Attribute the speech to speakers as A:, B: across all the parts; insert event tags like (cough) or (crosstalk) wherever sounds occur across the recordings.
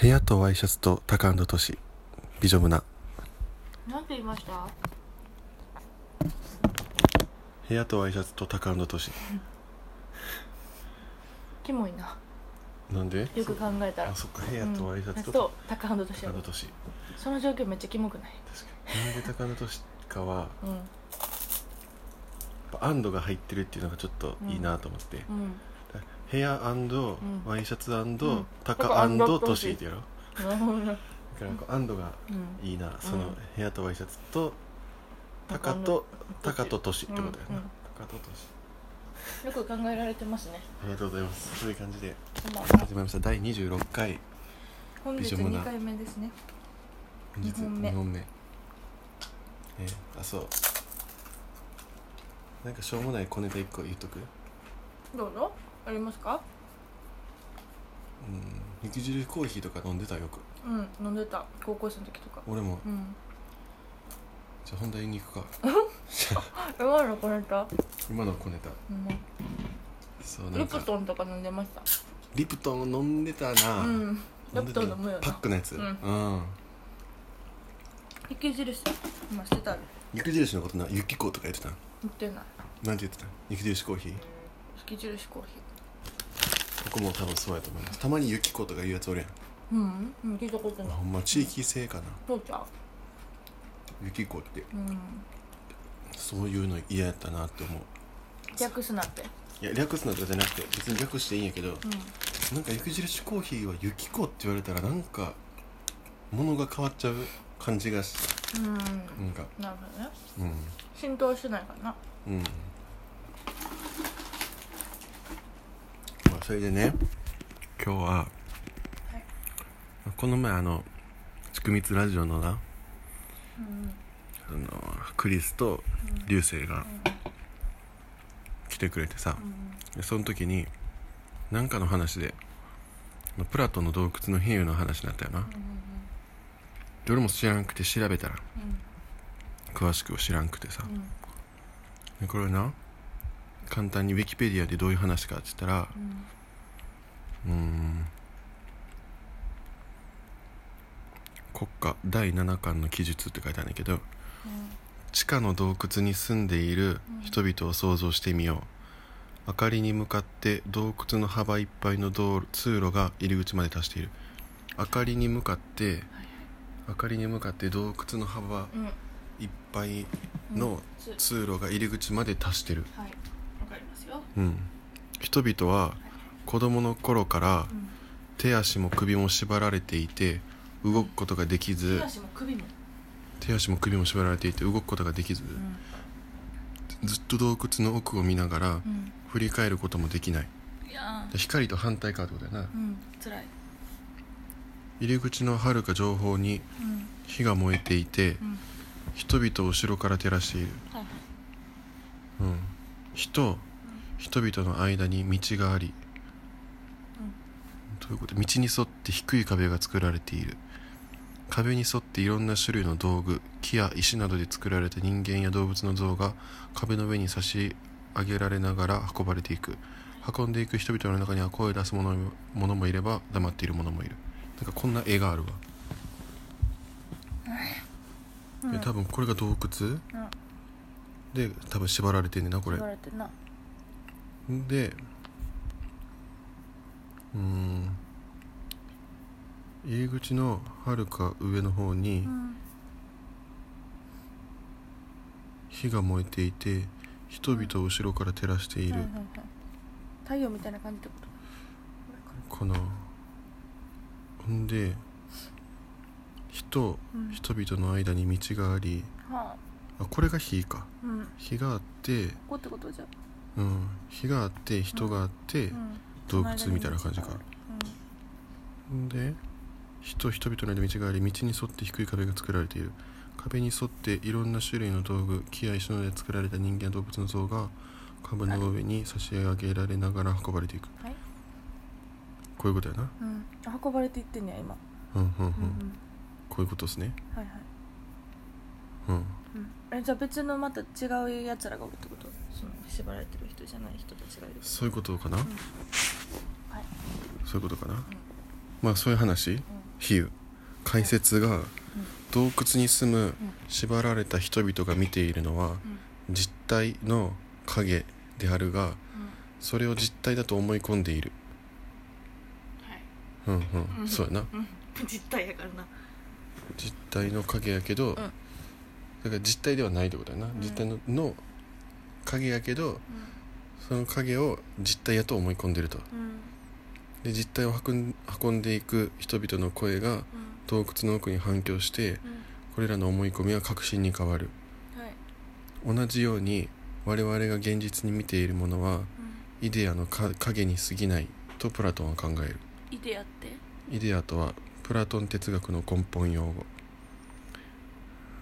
A: 部屋とワイシャツとタカトシビジョムナ
B: なんて言いました
A: 部屋とワイシャツとタカトシ
B: キモいな
A: なんで
B: よく考えたら
A: あそっか部屋とワイシャツ
B: と
A: と
B: タカハンドとして
A: タ
B: や
A: カ
B: ろ
A: トシ
B: その状況めっちゃキモくない
A: 確かになんでタカトシかは
B: う
A: やっぱアンドが入ってるっていうのがちょっといいなと思って、
B: んうん
A: 部屋アンド
B: ん
A: ワイシャツ
B: ん
A: タカアンドトシってやろだ
B: なるほどな
A: からなんかアンドが
B: うん
A: いいな、その部屋とワイシャツとタカとタカとトシってことやな、
B: うんうん
A: タカとトシ
B: よく考えられてますね
A: ありがとうございますそういう感じで
B: まあ
A: 始まりました第26回
B: 本
A: ビ
B: 日
A: ジョムな
B: 2回目ですね
A: 本日
B: 二本目
A: 二えーあそうなんかしょうもない小ネタ1個言っとくうん
B: どうぞありますか
A: 雪印コーヒーとか飲んでたよく
B: うん飲んでた高校生の時とか
A: 俺も
B: うん
A: じゃあ本題に行くか
B: 今のこれた
A: 今の小ネタ
B: うん
A: そうな
B: リ
A: んか
B: プトンとか飲んでました
A: リプトン飲んでたな、
B: うん
A: 飲
B: リ
A: んで
B: プ
A: た
B: トン飲むよ
A: パッ
B: な
A: クのやつう、
B: うんん雪印今してたで
A: 雪印のことな雪子とか言ってたん
B: 売ってない
A: なんて言ってたん雪印コーヒー
B: 雪印コーヒー
A: ここも多分そうやと思いますたまに雪子とか言うやつおるやん
B: うん、うん、聞いたことない
A: ほんま地域性かな
B: そうちゃう
A: 雪子って
B: うん
A: そういうの嫌やったなって思う
B: 略すなって
A: いや略すのとかじゃなくて別に略していいんやけど
B: う
A: なんか雪印コーヒーは雪子って言われたらなんか物が変わっちゃう感じがし
B: ん、うん、
A: なんか
B: なるほどね
A: うん
B: 浸透してないからな
A: うんまあそれでね今日は、この前あの「ちくみつラジオ」のな
B: うん
A: あのクリスと流星が来てくれてさ、
B: うん
A: でその時に何かの話でプラトンの洞窟の比喩の話になったよな、で俺も知らなくて調べたら詳しくは知らんくてさ
B: うんうん
A: でこれな簡単にウィキペディアでどういう話かって言ったら
B: う
A: うー
B: ん
A: ん国家第7巻の記述って書いてあるんだけど地下の洞窟に住んでいる人々を想像してみよう明かりに向かって洞窟の幅いっぱいの道路通路が入り口まで達している明かりに向かって明かりに向かって洞窟の幅
B: うんうん
A: いっぱいの
B: つは
A: 通路が入り口まで達してる、
B: いわかりますよ
A: うん、人々は子供の頃から
B: うん
A: 手足も首も縛られていて動くことができず
B: 手足も首も
A: 手足も首も縛られていて動くことができず
B: うん
A: ずっと洞窟の奥を見ながら
B: うん
A: 振り返ることもできない
B: いや
A: で光と反対側ってことだよな
B: ーうん辛い
A: 入り口のはるか上方に
B: うん
A: 火が燃えていて
B: うん
A: 人々を後ろから照らしている、
B: はいはい
A: うん、人人々の間に道があり、どういうこと道に沿って低い壁が作られている壁に沿っていろんな種類の道具木や石などで作られた人間や動物の像が壁の上に差し上げられながら運ばれていく運んでいく人々の中には声を出す者も者もいれば黙っている者もいるなんかこんな絵があるわ、で多分これが洞窟
B: うん
A: で多分縛られてんねんなこれ
B: 言われてな
A: でうーん入り口のはるか上の方に
B: うん
A: 火が燃えていて人々を後ろから照らしている
B: はいはいはい太陽みたいな感じってこと
A: かなほんで人
B: うん
A: 人々の間に道があり
B: はあ
A: あこれが火か
B: うん
A: 火があって
B: ここってことじゃ
A: うん火があって人があって
B: うん
A: 洞窟みたいな感じかで人人々の間に道があり道に沿って低い壁が作られている壁に沿っていろんな種類の道具木や石などで作られた人間や動物の像が壁の上に差し上げられながら運ばれていく
B: はい
A: こういうことやな
B: うん、うん、運ばれていってんねや今
A: うんうんうん、
B: うんうん
A: こういうことですね
B: はいはい
A: うん
B: うん、えじゃあ別のまた違うやつらがおるってことその縛られてる人じゃない人たちがいる
A: そういうことかな、
B: はい
A: そういうことかな、まあそういう話比喩解説が洞窟に住む縛られた人々が見ているのは実体の影であるがそれを実体だと思い込んでいるうんうんそうやな
B: うん実体やからな
A: 実体の影やけど、だから実体ではないってことやな、
B: ん
A: 実体のの影やけどその影を実体やと思い込んでると
B: うんうん
A: で実体を運ん運んでいく人々の声が洞窟の奥に反響して
B: うん
A: これらの思い込みは確信に変わる
B: うんは
A: 同
B: い
A: じように我々が現実に見ているものは
B: うん
A: イデアのか影に過ぎないとプラトンは考える
B: イデアって
A: イデアとはプラトン哲学の根本用語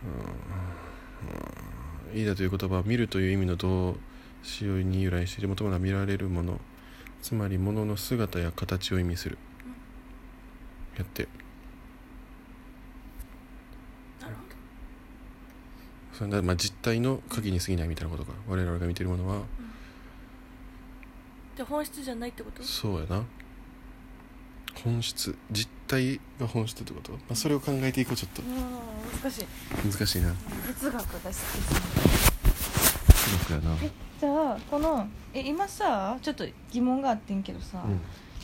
A: うーんうーんイデアという言葉は見るという意味の動詞に由来しているもともとは見られるものつまりものの姿や形を意味するやって
B: なるほど
A: それだまあ実体の影に過ぎないみたいなことか我々が見ているものは
B: で本質じゃないってこと
A: そうやな本質実体が本質ってこと、まあ、それを考えていこうちょっと
B: うん難しい
A: 難しいな
B: 哲学が好きです
A: すごくやな
B: えじゃあこのえ今さちょっと疑問があってんけどさ、
A: うん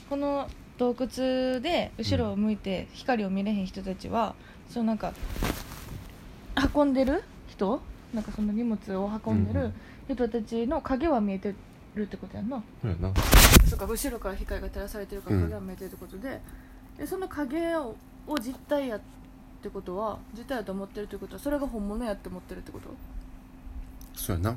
B: この洞窟で後ろを向いて光を見れへん人たちは、そのなんか運んでる人なんかその荷物を運んで
A: うんう
B: る
A: ん
B: 人たちの影は見えてるってことやんな、
A: そうやな
B: そうか後ろから光が照らされてるから影は見えてるってことで,、でその影をを実体やってことは実体やと思ってるってことはそれが本物やって思ってるってこと
A: そうやな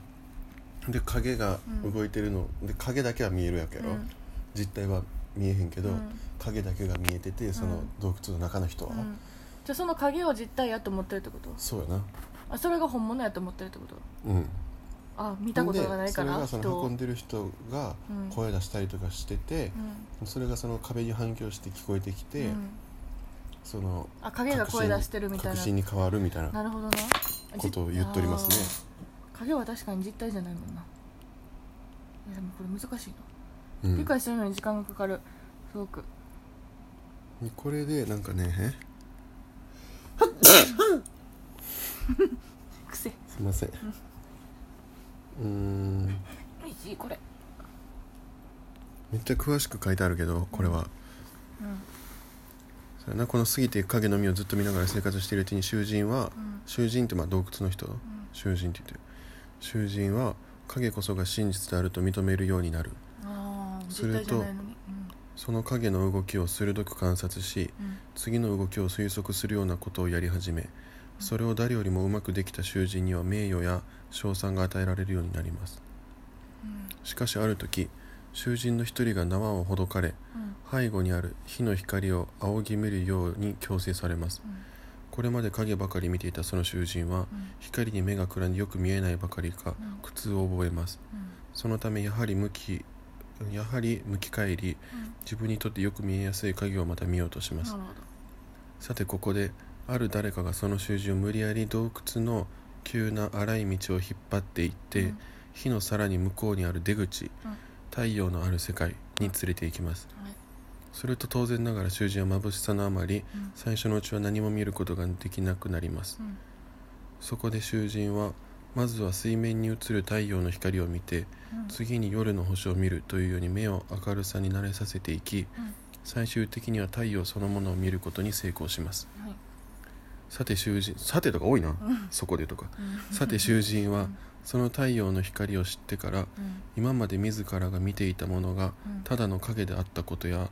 A: で影が動いてるの、で影だけは見えるやけど、
B: うん
A: 実体は見えへんけど、
B: うん
A: 影だけが見えててその洞窟の中の人は、
B: うんじゃあその影を実体やと思ってるってこと
A: そうやな
B: あそれが本物やと思ってるってこと
A: うん
B: あ見たことがないか
A: で
B: ら
A: それがそ
B: 人
A: の
B: を
A: 運んでる人が
B: うん
A: 声出したりとかしてて、それがその壁に反響して聞こえてき
B: うん
A: て、
B: うん
A: その
B: あ影が声出してるみたい
A: 確
B: な
A: 信に変わるみたいな
B: なるほどな
A: ことを言っとりますね
B: あー影は確かに実体じゃないもんないやでもこれ難しいな、
A: うん
B: 理解するのに時間がかかるすごく
A: これでなんかねえ
B: 癖
A: すいませんうーん
B: おいしいこれ
A: めっちゃ詳しく書いてあるけどこれは、
B: うん
A: そうやなこの過ぎていく影の実をずっと見ながら生活しているうちに囚人は、
B: うん
A: 囚人ってまあ洞窟の人、囚人って言ってる囚人は影こそが真実であると認めるようになる
B: ああ
A: す
B: 実
A: ると
B: 体じゃないのに
A: その影の動きを鋭く観察し
B: うん
A: 次の動きを推測するようなことをやり始めそれを誰よりもうまくできた囚人には名誉や賞賛が与えられるようになりますしかしある時囚人の一人が縄をほどかれ
B: うん
A: 背後にある火の光を仰ぎ見るように強制されます
B: うん
A: これまで影ばかり見ていたその囚人は
B: うん
A: 光に目がくらんでよく見えないばかりか
B: うん
A: 苦痛を覚えます
B: うん
A: そのためやはり向きやはり向き返り
B: うん
A: 自分にとってよく見えやすい影をまた見ようとしま
B: な
A: す
B: るほど
A: さてここである誰かがその囚人を無理やり洞窟の急な荒い道を引っ張っていって、
B: うん
A: 火のさらに向こうにある出口、
B: うん
A: 太陽のある世界に連れて行きます
B: はい
A: すると当然ながら囚人は眩しさのあまり
B: うん
A: 最初のうちは何も見ることができなくなります
B: うん
A: そこで囚人はまずは水面に映る太陽の光を見て
B: うん
A: 次に夜の星を見るというように目を明るさに慣れさせていき
B: うん
A: 最終的には太陽そのものを見ることに成功します
B: はい
A: さて囚人さてとか多いなそこでとか
B: うん
A: さて囚人はその太陽の光を知ってから
B: うん
A: 今まで自らが見ていたものが
B: うん
A: ただの影であったことや
B: うん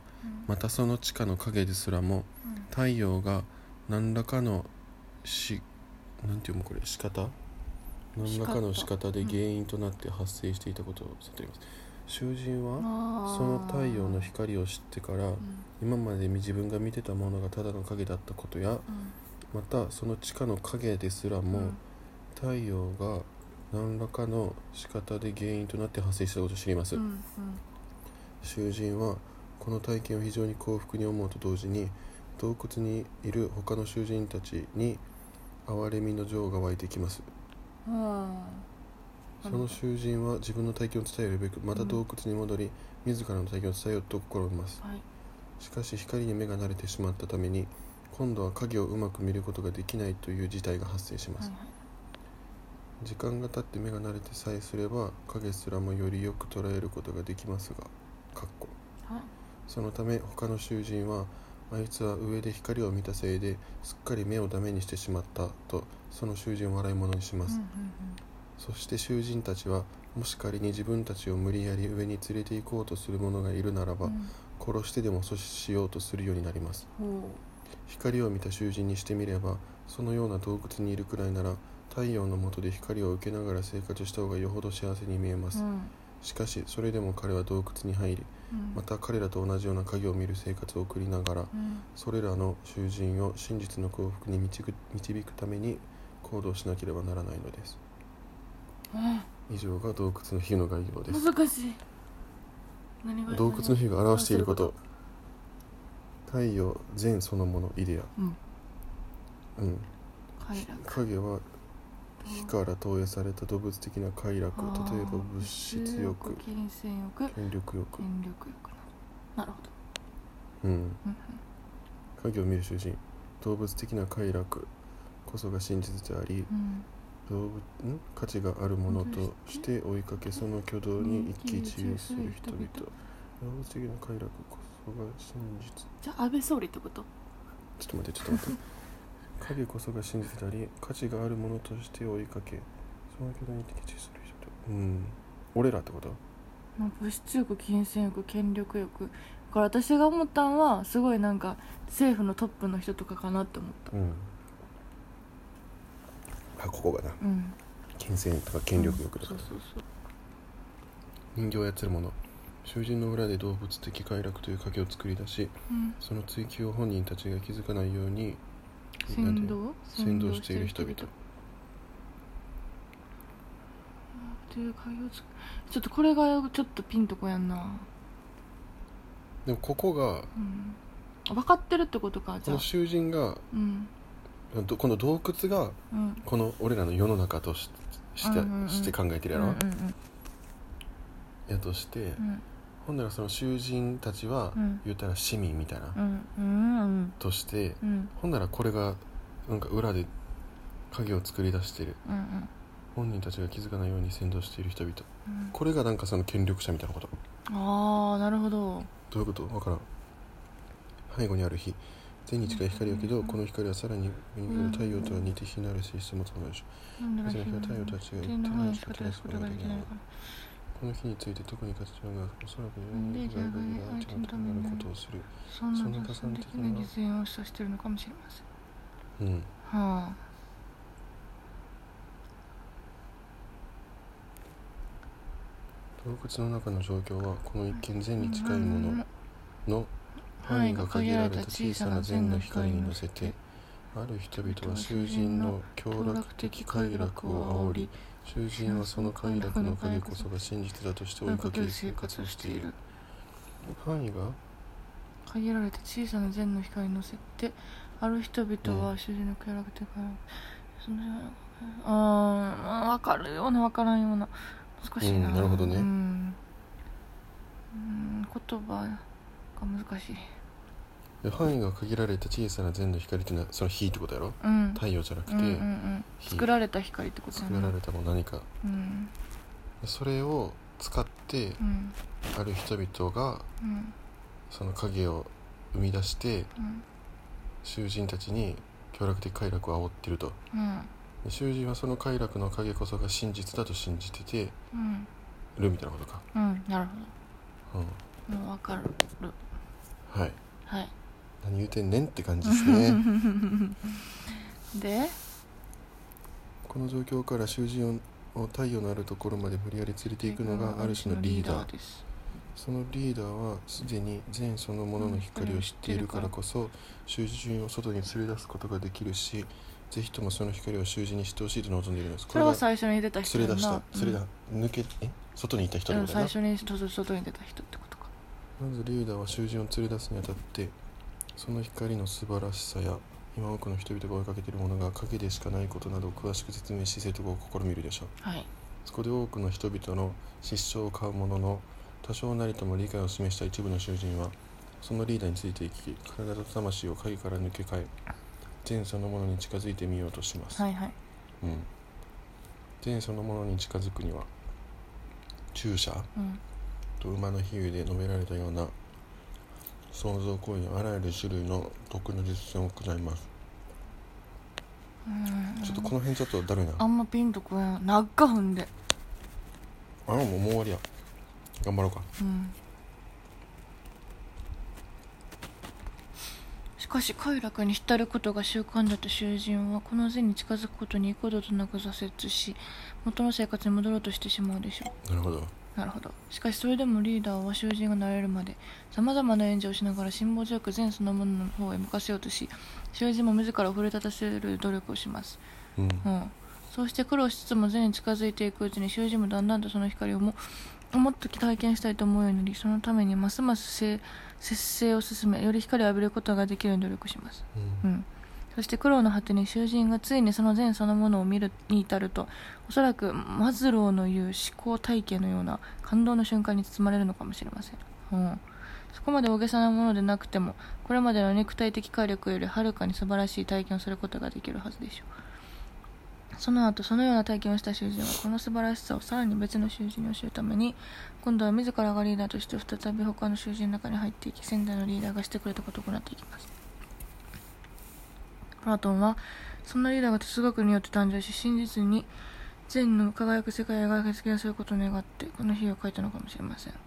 A: またその地下の影ですらも
B: うん
A: 太陽が何らかのしなんて読むこれ仕方何らかの仕方で原因となって発生していたことを悟ります、囚人はそ
B: そ
A: の太陽の光を知ってから
B: うん
A: 今まで自分が見てたものがただの影だったことや
B: うん
A: またその地下の影ですらも、
B: うん
A: 太陽が何らかの仕方で原因となって発生したことを知ります、
B: うんうん
A: 囚人はこの体験を非常に幸福に思うと同時に洞窟にいる他の囚人たちに憐れみの情が湧いてきます
B: うん
A: その囚人は自分の体験を伝えるべくまた洞窟に戻り、自らの体験を伝えようと試みます
B: はい
A: しかし光に目が慣れてしまったために今度は影をうまく見ることができないという事態が発生します、時間が経って目が慣れてさえすれば影すらもよりよく捉えることができますがかっこ
B: はい
A: そのため他の囚人はあいつは上で光を見たせいですっかり目をダメにしてしまったとその囚人を笑い者にします、そして囚人たちはもし仮に自分たちを無理やり上に連れて行こうとする者がいるならば、
B: うんうんうんうん
A: 殺してでも阻止しようとするようになります
B: ほ
A: 光を見た囚人にしてみればそのような洞窟にいるくらいなら太陽の下で光を受けながら生活した方がよほど幸せに見えま
B: う
A: す、
B: うん
A: しかしそれでも彼は洞窟に入り
B: うん
A: また彼らと同じような影を見る生活を送りながら
B: うん
A: それらの囚人を真実の幸福に導く導くために行動しなければならないのです
B: あ
A: 以上が洞窟の日の概要です
B: 難しい何が
A: 洞窟の日が表していること太陽全そのものイデア
B: う
A: う
B: ん
A: ん
B: 快楽
A: 影は火から投影された動物的な快楽
B: あー
A: 例えば物質欲
B: 金銭欲
A: 権力欲
B: 権力欲ななるほど
A: うん
B: うん
A: 影を見る囚人動物的な快楽こそが真実であり
B: うん
A: 動物ん価値があるものとして追いかけその挙動に一喜一憂する人々動物的な快楽こそが真実
C: じゃあ安倍総理ってこと
A: ちょっと待ってちょっと (laughs) 待って影こそが真実であり価値があるものとして追いかけその挙動に一喜一憂する人々うん俺らってこと
B: まあ物質欲金銭欲権力欲だから私が思ったんはすごいなんか政府のトップの人とかかなって思った
A: うんあここがな
B: うん
A: 金銭とか権力欲とか、
B: そうそうそう
A: 人形を操る者囚人の裏で動物的快楽という影を作り出し
B: うん
A: その追求を本人たちが気づかないように
B: 先導
A: 先導している人々
B: という会をつちょっとこれがちょっとピンとこやんな、
A: でもここが
B: うん、分かってるってことかじ
A: こ
B: ゃあ
A: の囚人が
B: うん
A: どこの洞窟が
B: うん
A: この俺らの世の中としして,、
B: うんうんうん
A: して考えてるやろ、
B: うんうん
A: やとして、
B: うん
A: ほんならその囚人たちは、
B: うん
A: 言ったら市民みたいな、
B: うんうんうん
A: として
B: うんうん
A: ほんならこれがなんか裏で影を作り出してる
B: うん
A: 本人たちが気づかないように先導している人々
B: うん
A: これがなんかその権力者みたいなこと
B: ああなるほど
A: どういうことわからん背後にある日全日が光るけどこの光はさらに上に来る太陽とは似て非なる性質を持つものでしょ
B: なんでらしい
A: 別に太陽とは違う
B: 天の声しか照らすことができないか
A: この日について特に活動がおそらく上
B: で
A: に来る
B: 逆に
A: がちゃんとなることをする
B: らそんな多産的な犠牲を示唆してるのかもしれません
A: うん
B: はあ
A: 洞窟の中の状況はこの一見善に近いものの範囲が限られた小さな善の光に乗せてある人々は囚人の
B: 協
A: 享楽的快楽を煽り囚人はその快楽の影こそが真実だとして追いかける生活をしている範囲が
B: 限られた小さな善の光に乗せてある人々は主人の協力的快楽そのあー分かるような分からんような難しいな、
A: うんなるほどね
B: うんうん言葉が難しい
A: で範囲が限られた小さな善の光っていうのはその火ってことやろ
B: うん
A: 太陽じゃなくて
B: うんうんうん、
A: 火
B: 作られた光ってことや
A: 作ら
B: な
A: れたもの何か
B: うん
A: それを使って
B: うん
A: ある人々が
B: うん
A: その影を生み出して
B: うん
A: 囚人たちに協力的快楽を煽ってると
B: うん
A: で囚人はその快楽の影こそが真実だと信じてて
B: うん
A: るみたいなことか、
B: うんなる
A: うん、
B: ほどもう分かる
A: はい
B: はい
A: 何言うてんねんって感じです
B: (laughs)
A: ね
B: で
A: この状況から囚人を太陽のあるところまで無理やり連れていくのがある種のリーダー
B: です
A: そのリーダーはすでに善そのものの光を知っているからこそ囚人を外に連れ出すことができるしぜひともその光を囚人にしてほしいと望んでいるのです
B: それは
A: こ
B: 最初に出た
A: れ
B: 人
A: が
B: や
A: 連れ出した
B: な
A: 連れだ、抜けえ外にいた人ってこ
B: うん
A: と
B: 最
A: だ
B: 初に外外に出た人ってことか
A: なまずリーダーは囚人を連れ出すにあたってその光の素晴らしさや今多くの人々が追いかけているものが影でしかないことなどを詳しく説明し説得を試みるでしょう
B: はい
A: そこで多くの人々の失笑を買うものの多少なりとも理解を示した一部の囚人はそのリーダーについていき体と魂を影から抜け替え善そのものに近づいてみようとします、
B: はいはい
A: うん、善そのものに近づくには注射
B: うん
A: と馬の比喩で述べられたような創造行為のあらゆる種類の徳の実践を行います
B: うん
A: ちょっとこの辺ちょっとだるいな
B: あんまピンとこやん長っ踏んで
A: あもうもう終わりや頑張ろうか
B: うんしかし快楽に浸ることが習慣だった囚人はこの善に近づくことに幾度となく挫折し元の生活に戻ろうとしてしまうでしょう
A: なるほど
B: なるほどしかしそれでもリーダーは囚人がなれるまでさまざまな演じをしながら辛抱強く善そのものの方へ向かせようとし囚人も自らを奮い立たせる努力をします
A: うん
B: うん、そうして苦労しつつも善に近づいていくうちに囚人もだんだんとその光をももっと体験したいと思うようになりそのためにますますせ節制を進めより光を浴びることができるように努力します、
A: うん
B: うん、そして苦労の果てに囚人がついにその善そのものを見るに至るとおそらくマズローの言う思考体系のような感動の瞬間に包まれるのかもしれません、うん、そこまで大げさなものでなくてもこれまでの肉体的快力よりはるかに素晴らしい体験をすることができるはずでしょうその後そのような体験をした囚人はこの素晴らしさをさらに別の囚人に教えるために今度は自らがリーダーとして再び他の囚人の中に入っていき先代のリーダーがしてくれたことを行っていきますプラトンはそんなリーダーが哲学によって誕生し真実に善の輝く世界が実現することを願ってこの日を書いたのかもしれません
A: は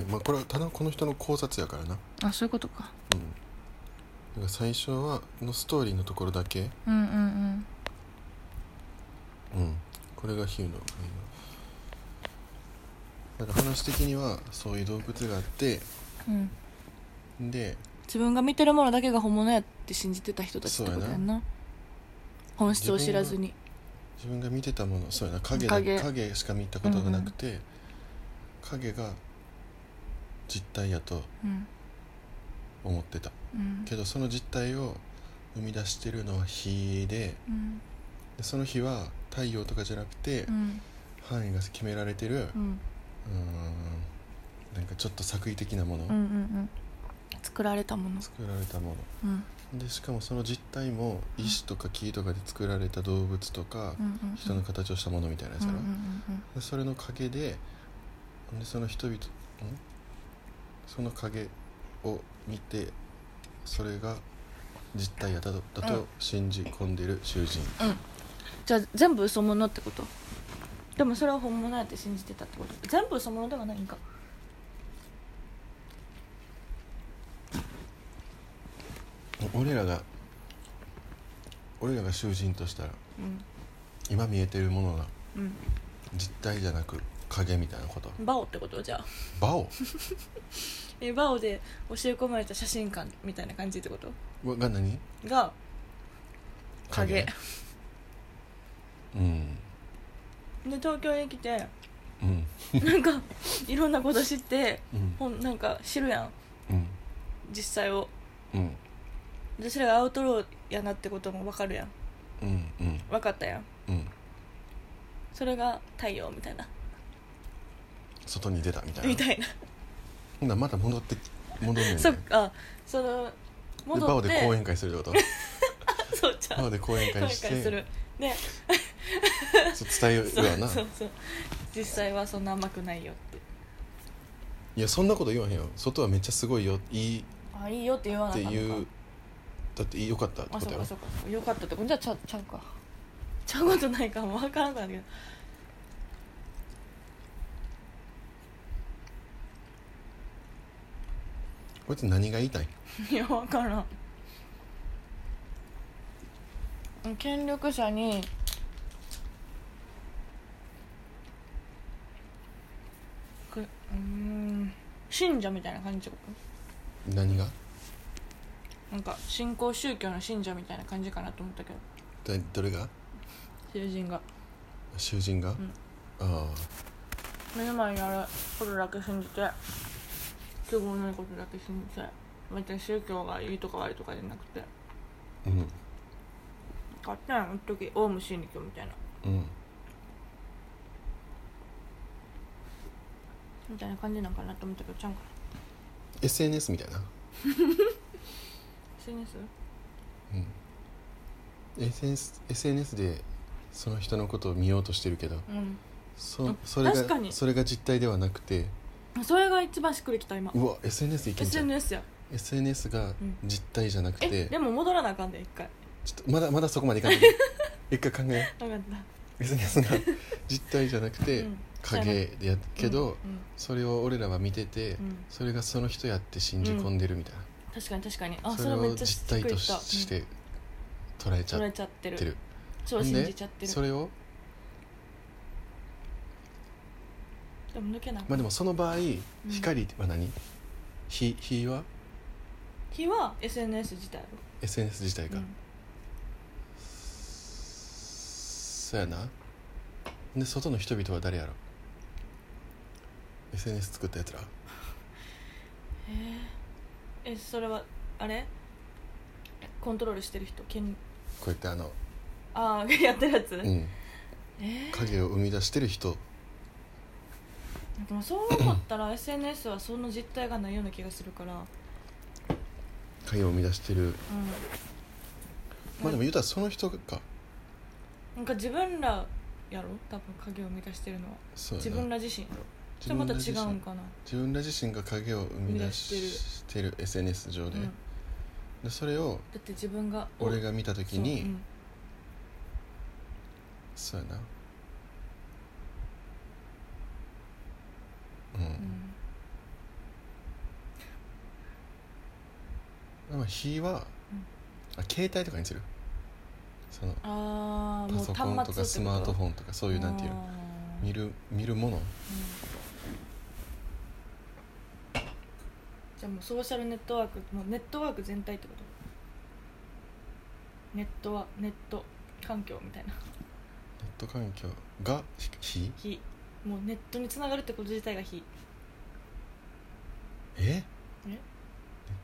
A: いまあ、これはただこの人の考察やからな,、
B: あそういうことか
A: うん、だから最初はのストーリーのところだけ、
B: うんうんうん
A: うん、これが比喩のあのなんか話的にはそういう洞窟があって
B: うん
A: で
B: 自分が見てるものだけが本物やって信じてた人たちってことや
A: そ
B: んな本質を知らずに
A: 自分が見てたものそうやな影だ
B: 影
A: 影しか見たことがなくて、影が実体やと
B: うん
A: 思ってた
B: うん
A: けどその実体を生み出してるのは火で
B: うん
A: でその火は太陽とかじゃなくて、
B: うん
A: 範囲が決められてる、
B: う
A: う
B: ん
A: ーんなんかちょっと作為的なもの、
B: うんうんうん作られたもの
A: 作られたも
B: うん
A: のでしかもその実体も石とか木とかで作られた動物とか、
B: うんうんうん
A: 人の形をしたものみたいなやつ
B: うん
A: や
B: うん
A: ろ、
B: う
A: で
B: ん
A: それの影ででその人々んその影を見てそれが実体やだとだ
B: うん
A: と信じ込んでる囚人、
B: じゃあ全部嘘物ってことでもそれは本物やって信じてたってこと全部嘘物ではないんか
A: 俺らが俺らが囚人としたら
B: うん
A: 今見えてるものが
B: う
A: 実体じゃなく影みたいなこと
B: んバオってことじゃあ
A: バオ
B: えバオで教え込まれた写真館みたいな感じってこと
A: わが何
B: が影
A: うん
B: で東京に来て
A: うん
B: なんかいろんなこと知って
A: うん
B: ほんなんか知るやん
A: うん
B: 実際を
A: うん
B: でそれがアウトローやなってことも分かるやん
A: うんうん
B: 分かったやん
A: うん
B: それが太陽みたいな
A: 外に出たみたい
B: み
A: な
B: たいな
A: ほんならまた戻って戻んねんね
B: そっかその
A: でバ
B: 戻
A: オ
B: って
A: で講演会するって
B: (laughs)
A: こと
B: そうちゃ
A: バオ
B: う
A: で講演
B: 後
A: 会して
B: 悔するで
A: そう伝え
B: そう
A: ようよな
B: そうそう実際はそんな甘くないよって
A: いやそんなこと言わへんよ外はめっちゃすごいよいい
B: あいいよって言わ
A: っ
B: なか
A: て
B: ったのか
A: いうだってよかったって
B: あ
A: こ
B: そ
A: と
B: う
A: や
B: か
A: ろ
B: そうかよかったってことじゃあちゃうちゃうかちゃうことないかも分からんかったけど
A: こいつ何が言いたい
B: (laughs) いや分からん権力者にくうーん信者みたいな感じってこと
A: 何が
B: なんか信仰宗教の信者みたいな感じかなと思ったけど
A: だどれが
B: 囚人が
A: 囚人が、
B: ん
A: ああ
B: 目の前にあることだけ信じて都合のいいことだけ信じて別に宗教がいいとか悪いとかじゃなくて
A: うん
B: 勝手なの一時オウム真理教みたいな
A: うん
B: みたいな感じなんかなと思ったけどちゃうんか
A: SNS みたいな、
C: SNS?
A: うん、SNS, SNS でその人のことを見ようとしてるけど
C: うん
A: そ
C: あ
A: それ
C: 確か
A: が
C: に
A: それが実態ではなくて
C: それが一番しっくりきた今
A: うわ SNS いけんじゃん
C: SNS や
A: SNS が実態じゃなく
C: え
A: て、
C: でも戻らなあかんで一回
A: ちょっとまだまだそこまでいかない (laughs) 一回考えよ
C: 分かった
A: う SNS が実態じゃなくて、
C: うん
A: 影でやっけど、
C: うん
A: それを俺らは見てて、
C: うんうん
A: それがその人やって信じ込んでるみたい
C: 確かに確かに
A: な、
C: あそ
A: それ
C: れめ
A: を
C: っちゃし
A: 実
C: っくり
A: 態
C: き
A: と
C: た
A: しし
C: うん
A: て捉えちゃ
C: 捉え
A: っ
C: ちゃってる
A: てる
C: そう
A: ほん
C: 信
A: で
C: じちゃってる
A: それを
C: でも抜けなあかん
A: まあでもその場合光は何日日は
C: 日は SNS 自体を
A: SNS 自体
C: う
A: が、
C: ん
A: そうやなで外の人々は誰やろ SNS 作ったやつら
C: えそれはあれコントロールしてる人権
A: こうやってあの、
C: ああ (laughs) やってるやつ、
A: うん、
C: え
A: 影を生み出してる人
C: ー、でもそう思ったら SNS はその実態がないような気がするからうん
A: 影を生み出してるまあでも言うたらその人がか
C: なんか自分らやろ多分影を生み出してるのは
A: そうや
C: 自
A: な
C: 分ら自身やろそ
A: 自
C: れま
A: 分
C: た
A: ら
C: 違
A: 自身
C: うんかな、
A: 自分ら自身が影を生み出してる SNS 上
C: う
A: で,、
C: ん、だ
A: でそれを
C: って自分が
A: 俺が見た時に
C: そう
A: そう,、
C: うん
A: やなうん、
C: うん
A: まあ日は、あ携帯とかにするその
C: ああ
A: パ
C: もう
A: ソコンと
C: 端末
A: かスマートフ
C: ォン
A: ォンとかそういうなんていうの見る見るもの
C: じゃあもうソーシャルネットワークもうネットワーク全体ってことネットはネット環境みたいな
A: ネット環境が日
C: 非もうネットにつながるってこと自体が非
A: えネッ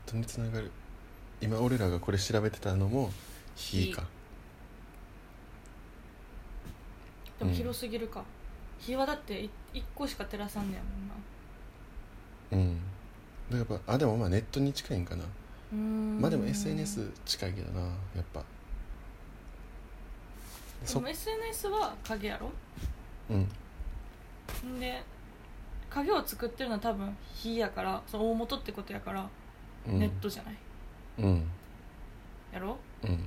A: トにつながる今俺らがこれ調べてたのも日か
C: でも
A: うん
C: 広すぎるか、非はだって1個しか照らさんねや
A: うんだからやっぱあでもまあネットに近いんかな
C: もんなうーん
A: まあでも SNS 近いけどなやっぱ
C: で
A: そ
C: も SNS は影やろ
A: うん
C: んで影を作ってるのは多分非やからその大元ってことやから
A: うん
C: ネットじゃない、
A: うん
C: やろ
A: うん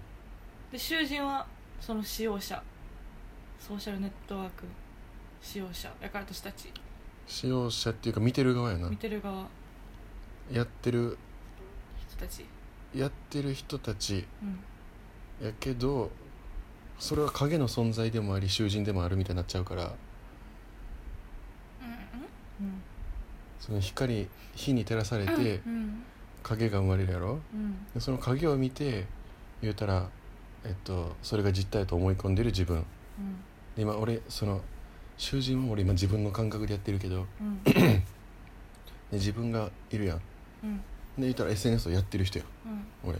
C: で囚人はその使用者ソーシャルネットワーク使用者やから私たち
A: 使用者っていうか見てる側やな
C: 見てる側
A: やってる
C: 人たち
A: やってる人たち
C: うん
A: やけどそれは影の存在でもあり囚人でもあるみたいになっちゃうから
C: うん
A: その光火に照らされ
C: うん
A: て
C: うん
A: 影が生まれるやろ、
C: うん
A: でその影を見て言うたら、えっと、それが実態と思い込んでる自分
C: うん
A: で今俺その囚人は俺今自分の感覚でやってるけど (clears throat)
C: うん
A: で自分がいるやんで
C: うん
A: 言ったら SNS をやってる人や
C: うん
A: 俺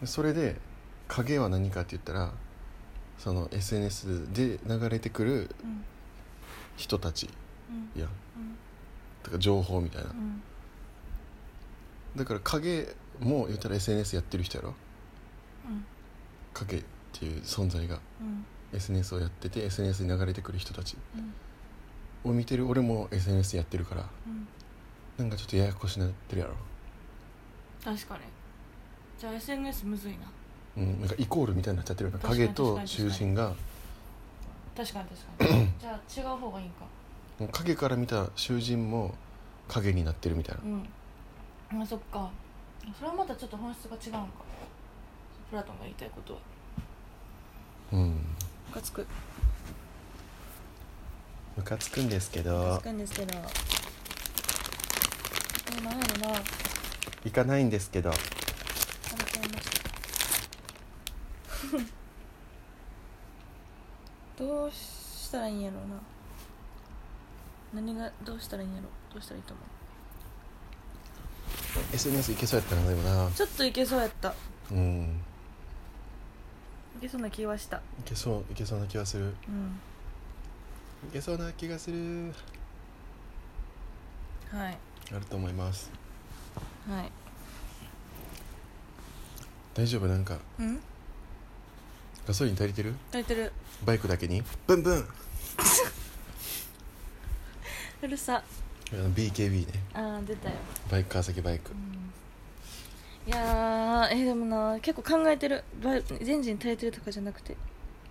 A: でそれで影は何かって言ったらその SNS で流れてくる
C: うん
A: 人たち
C: うん
A: やん
C: うん
A: とか情報みたいな
C: うん
A: だから影も言ったら SNS やってる人やろ
C: うん
A: 影っていう存在が
C: うん
A: SNS をやってて SNS に流れてくる人たち
C: うん
A: を見てる俺も SNS やってるから
C: うん
A: なんかちょっとややこしなってるやろ、
C: 確かにじゃあ SNS むずいな
A: うん、なんかイコールみたいになっちゃってるよな
C: 確かに
A: 影と
C: 確か
A: 囚
C: に
A: 人が
C: 確かに確かにじゃあ違う方がいいんか
A: もう影から見た囚人も影になってるみたいな
C: うんあそっかそれはまたちょっと本質が違うのかプラトンが言いたいことは
A: うん
C: ムカつく
A: ムカつくんですけ
C: ムカ
A: ど
C: つくんですけどえー、なんやろなあれ
A: 行かないんですけど
C: ちゃいました (laughs) どうしたらいいんやろうな何がどうしたらいいんやろうどうしたらいいと思う
A: SNS 行けそうやったなでもな
C: ちょっといけそうやったい
A: うん
C: けそうな気はした
A: 行けそう行けそうな気がする
C: うん
A: 行けそうな気がする
C: はい
A: あると思います
B: はい
A: 大丈夫なんか
B: うん
A: ガソリン足りてる
B: 足りてる
A: バイクだけにブンブン
B: うるさ
A: あの BKB ね
B: あー出たよ、
A: バイク川崎バイク
B: いやーえーでもな結構考えてるば全人足りてるとかじゃなくて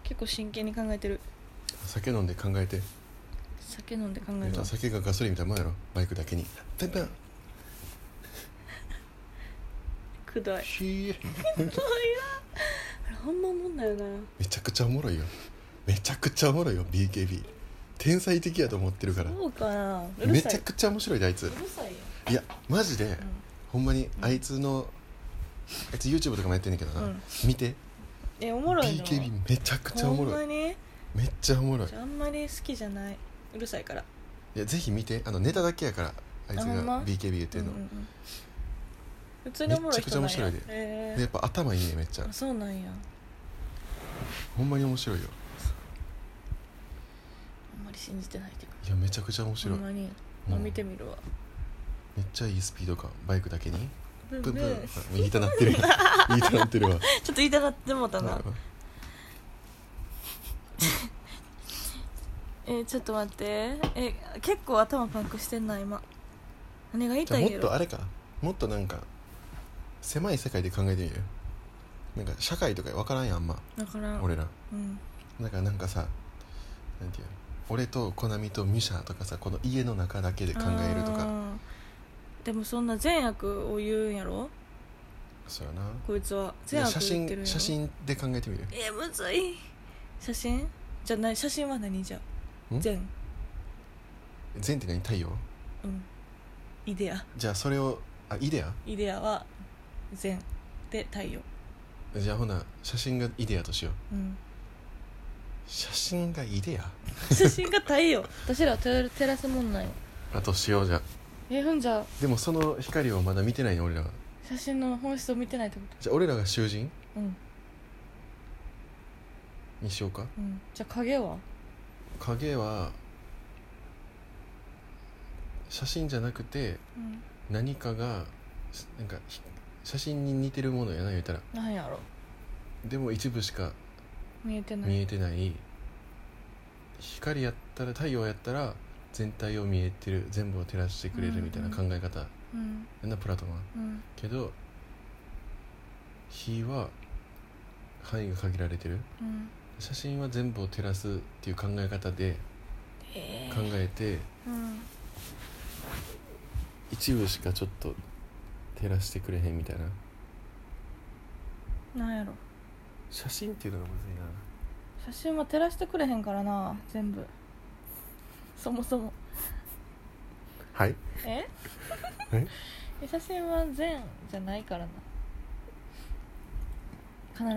B: 結構真剣に考えてる
A: 酒飲んで考えて
B: 酒飲んで考えるわ
A: 酒がガソリンみたいなもんやろバイクだけにブンブン
B: くどい
A: ひー
B: あれほんま思んだよな
A: めちゃくちゃおもろいよめちゃくちゃおもろいよ BKB 天才的やと思ってるから
B: そうかなうる
A: め
B: さ
A: ちゃ
B: い
A: くちゃ面白いであいつ
B: うるさいよ
A: いやマジで、ほんまにあいつのあいつ YouTube とかもやってんねんけどな、
B: うん
A: 見て
B: えおもろいの
A: BKB めちゃくちゃおも
B: ほん
A: ろ
B: ま
A: い
B: に
A: めっちゃおもろい
B: じゃああんまり好きじゃないうるさいから
A: いやぜひ見てあのネタだけやからあいつ
B: あほんま
A: が BKB 言ってんの、
B: うんうんうん普通におもろい人なんや
A: めちゃくちゃ面白いで
B: え
A: でやっぱ頭いいねめっちゃ
B: ー、あそうなんや
A: ほんまに面白いよ
B: あんまり信じてないけど
A: いやめちゃくちゃ面白い、
B: ほんまに、
A: うん
B: まあ見てみるわ
A: めっちゃいいスピード感バイクだけに
B: ブン
A: ブ
B: ブ
A: ン
B: ン
A: ブン
B: ちょ
A: あ
B: っ (laughs)
A: 言いたなってるやん言いたなってるわ
B: と言いたがってもうたなえー、ちょっと待ってえ結構頭パンクしてんな今何が言い
A: じゃあ
B: たい
A: も
B: ん
A: っ
B: や
A: と
B: ろ
A: あれかもっとなんか狭い世界で考えてみるよなんか社会とか分からんやんあんま
B: だから
A: 俺ら
B: うん
A: だからなんかさなんていうの俺とコナミとミシャとかさこの家の中だけで考えると
B: あ
A: か
B: ーでもそんな善悪を言うんやろ
A: そうやな
B: こいつは
A: じ
B: 善
A: ゃあ
B: 悪
A: 写
B: 言ってるんや
A: 真写
B: ろ
A: 真で考えてみる
B: えー、むずい写真じゃない写真は何じゃ
A: ん
B: 全
A: 全って何太陽
B: うんイデア
A: じゃあそれをあイデア
B: イデアは全で太陽
A: じゃあほな写真がイデアとしよう
B: うん
A: 写真がイデア
B: 写真が太陽私らは照照らすもんなんよ
A: あとしようじゃあ
B: えふんじゃ
A: でもその光をまだ見てないね俺らは
B: 写真の本質を見てないってこ
A: じゃあ俺らが囚人
B: とうん
A: にしようか
B: うんじゃあ影は
A: 影は写真じゃなくて
B: うん
A: 何かがしなんかひ写真に似てるものやな言うたら
B: なんやろ
A: でも一部しか
B: 見えてない
A: 見えてない光やったら太陽やったら全体を見えてる全部を照らしてくれるみたいな考え方や
B: うん
A: なプラトンは
B: うん
A: けど火は範囲が限られてる
B: うん
A: 写真は全部を照らすっていう考え方で
B: え
A: 考えて
B: ー、うん
A: 一部しかちょっと照らしてくれへんみたいな
B: なんやろ
A: 写真っていうのがむずいな
B: 写真は照らしてくれへんからな全部そもそも
A: はい
B: え
A: え
B: え写真は善じゃないからな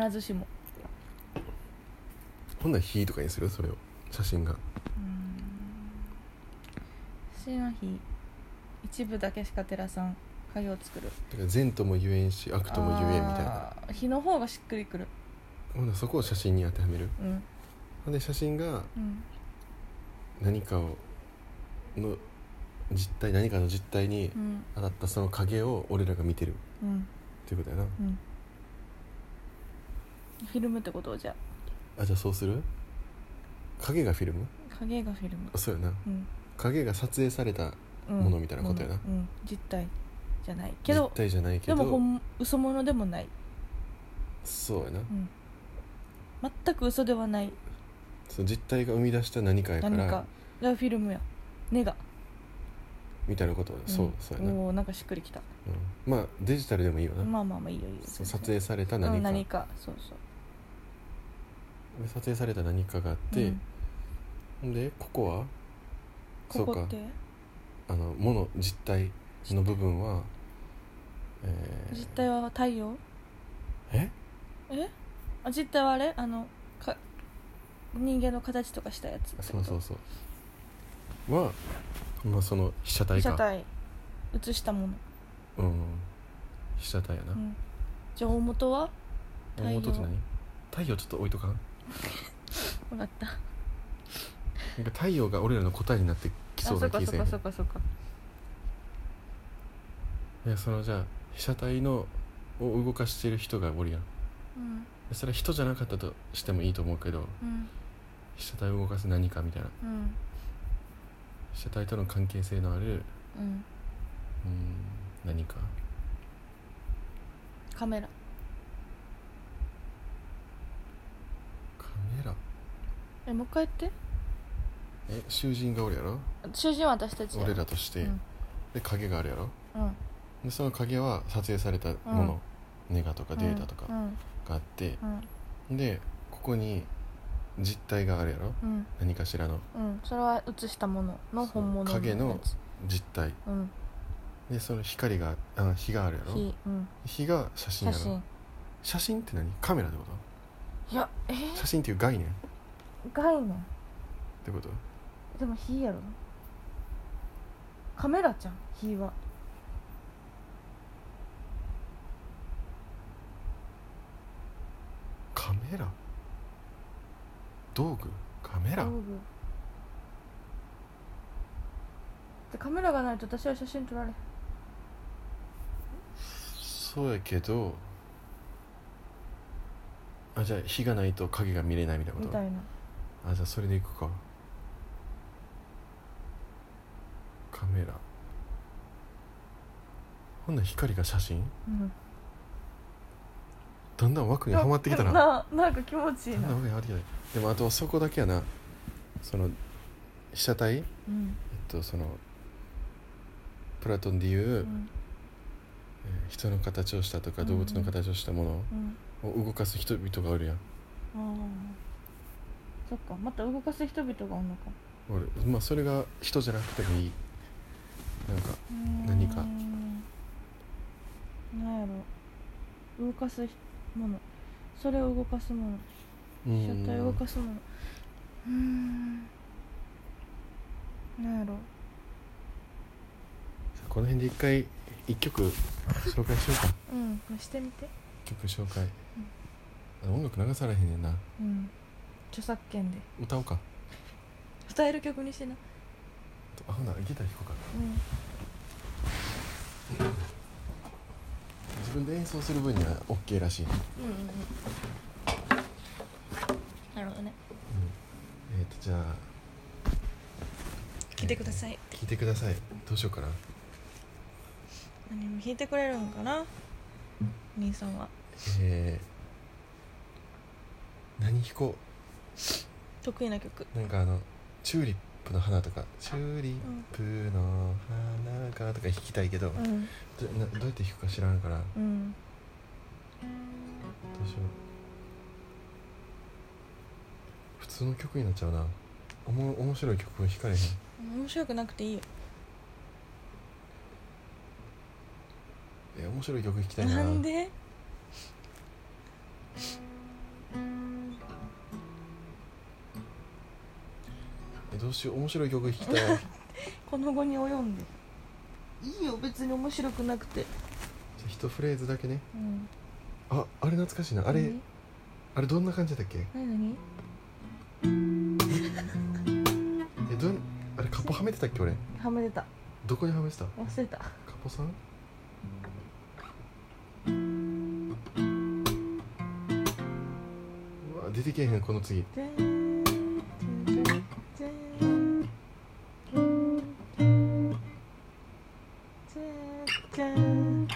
B: 必ずしも
A: ほんなら火とかにするそれを写真が
B: 写真は非一部だけしか照らさん影を作る
A: だから善とも言えんし悪とも言えんみたいな
B: あー日の方がしっくりくる
A: ほんならそこを写真に当てはめる
B: うん
A: ほんで写真が
B: うん
A: 何かをの実体何かの実体に
B: うん
A: 当たったその影を俺らが見てるっ
B: うん
A: ていうことやな
B: うんフィルムってことじゃ
A: あじゃあそうする影がフィルム
B: あ影がフィルム
A: あそうやな
B: うん
A: 影が撮影された
B: うん
A: ものみたいなことやな
B: ものうん実体じゃないけ
A: 実
B: ど
A: 体じゃないけ
B: でもほ
A: ど
B: ん嘘物でもない
A: そうやな
B: うん全く嘘ではない
A: その実体が生み出した何かやか
B: 何からがフィルムやネガ
A: みたいなこと
B: ん
A: そうそうやなうん
B: おーなんかしっくりきた
A: まあデジタルでもいいよな
B: まあまあまあいいよいいよ
A: そう撮影された
B: う
A: 何
B: ん
A: か
B: 何
A: で
B: かそうそう
A: 撮影された何かがあっ
B: う
A: て
B: ん
A: でここはそ
B: こ
A: う
B: こ
A: か
B: って
A: あのもの実体の部分はえー
B: 実体は太陽
A: え
B: えあ実体はあれあのか人間の形とかしたやつ
A: そうそうそうはまあその被写体
B: 被写
A: か
B: 体写したもの、
A: うん被写体や
B: う、
A: なん
B: じゃあ大元は太陽
A: 妹って何太陽ちょっと置いとかん
B: 分かった
A: なんか太陽が俺らの答えになってきそうな気
B: あ
A: せ
B: そ
A: えへ
B: っか
A: ん
B: そっかそっかそっか
A: えそのじゃあ被写体のを動かしてる人がおるやん
B: うん
A: それは人じゃなかったとしてもいいと思うけど
B: うん
A: 被写体を動かす何かみたいな
B: うん
A: 被写体との関係性のある
B: うん
A: うん何か
B: カメラ
A: カメラ
B: えもう一回言って
A: え囚人がおるやろ
B: 囚人は私たちや
A: 俺らとして、
B: うん
A: で影があるやろ
B: うん
A: でその影は撮影されたもの、ネガとかデータとか
B: うん
A: があって
B: う、ん
A: でここに実体があるやろ
B: うん
A: 何かしらの
B: うん、うん、それは映したものの本物
A: そう影の
B: やつ
A: 実体
B: うん
A: でその光があ火があるやろ
B: 火うん
A: 火が写真
B: 写
A: やろ写真
B: 真
A: って何カメラってこ
B: いやえ
A: と写真っていう概念っ
B: 概念
A: てこと
B: でも火やろカメラじゃん火は
A: カメラ道具カメラ
B: 道具でカメラがないと私は写真撮られへん
A: そうやけどあじゃあ火がないと影が見れないみたいな
B: み
A: こ
B: た
A: と
B: いな
A: あじゃあそれでいくかカメラほんなら光が写真
B: うん
A: だんだん枠にはまってきたなだん
B: ななんか気持ちいい
A: だん
B: な
A: 枠にはまってきたでもあとそこだけやなその被写体えっ
B: うん
A: とそのプラトンでいう、
B: うん
A: えー人の形をしたとか
B: うん
A: 動物の形をしたもの
B: うん
A: を動かす人々がおるやん
B: あーそっかまた動かす人々がおんのか
A: 俺まあそれが人じゃなくてもいいなんか
B: うーん
A: 何か
B: なんやろ動かすひものそれを動かすもの
A: うん
B: 被写体を動かすものうーんなんやろ
A: この辺で一回一曲紹介しようか
B: うんまあしてみて
A: 一曲紹介、あの音楽流されへんねんな
B: うん著作権で
A: 歌おうか
B: 歌える曲にしてな
A: あほなギター弾こうかな
B: うん
A: 自分で演奏する分には OK らしい、うん、
B: うんうんうんなるほどね
A: えっ、とじゃあ
B: 聞いてください、
A: 聞いてくださいどうしようかな
B: 何も弾いてくれるんかな兄さんは
A: えー、何弾こ
B: 得意な曲
A: うなんかあのチューリップの花とかチューリップの花がとか弾きたいけど、
B: うん
A: どなどうやって弾くか知らんからど
B: うん
A: うしよう普通の曲になっちゃうなおも面白い曲を弾かれへん
B: 面白くなくていいよ
A: え面白い曲弾きたいな
B: なんで
A: えどうしよう面白い曲弾
B: (laughs)
A: きたいじゃ
B: この後に及んでいいよ別に面白くなくて
A: あ一フレーズだけね
B: うん
A: ああれ懐かしいなあれあれどんな感じだったっけ
B: 何何
A: えどんあれカポはめてたっけ俺
B: はめてた
A: どこにはめてた
B: 忘れた
A: カポさんうわ出てけえへんこの次
B: でーんでーんでーんでーんでーん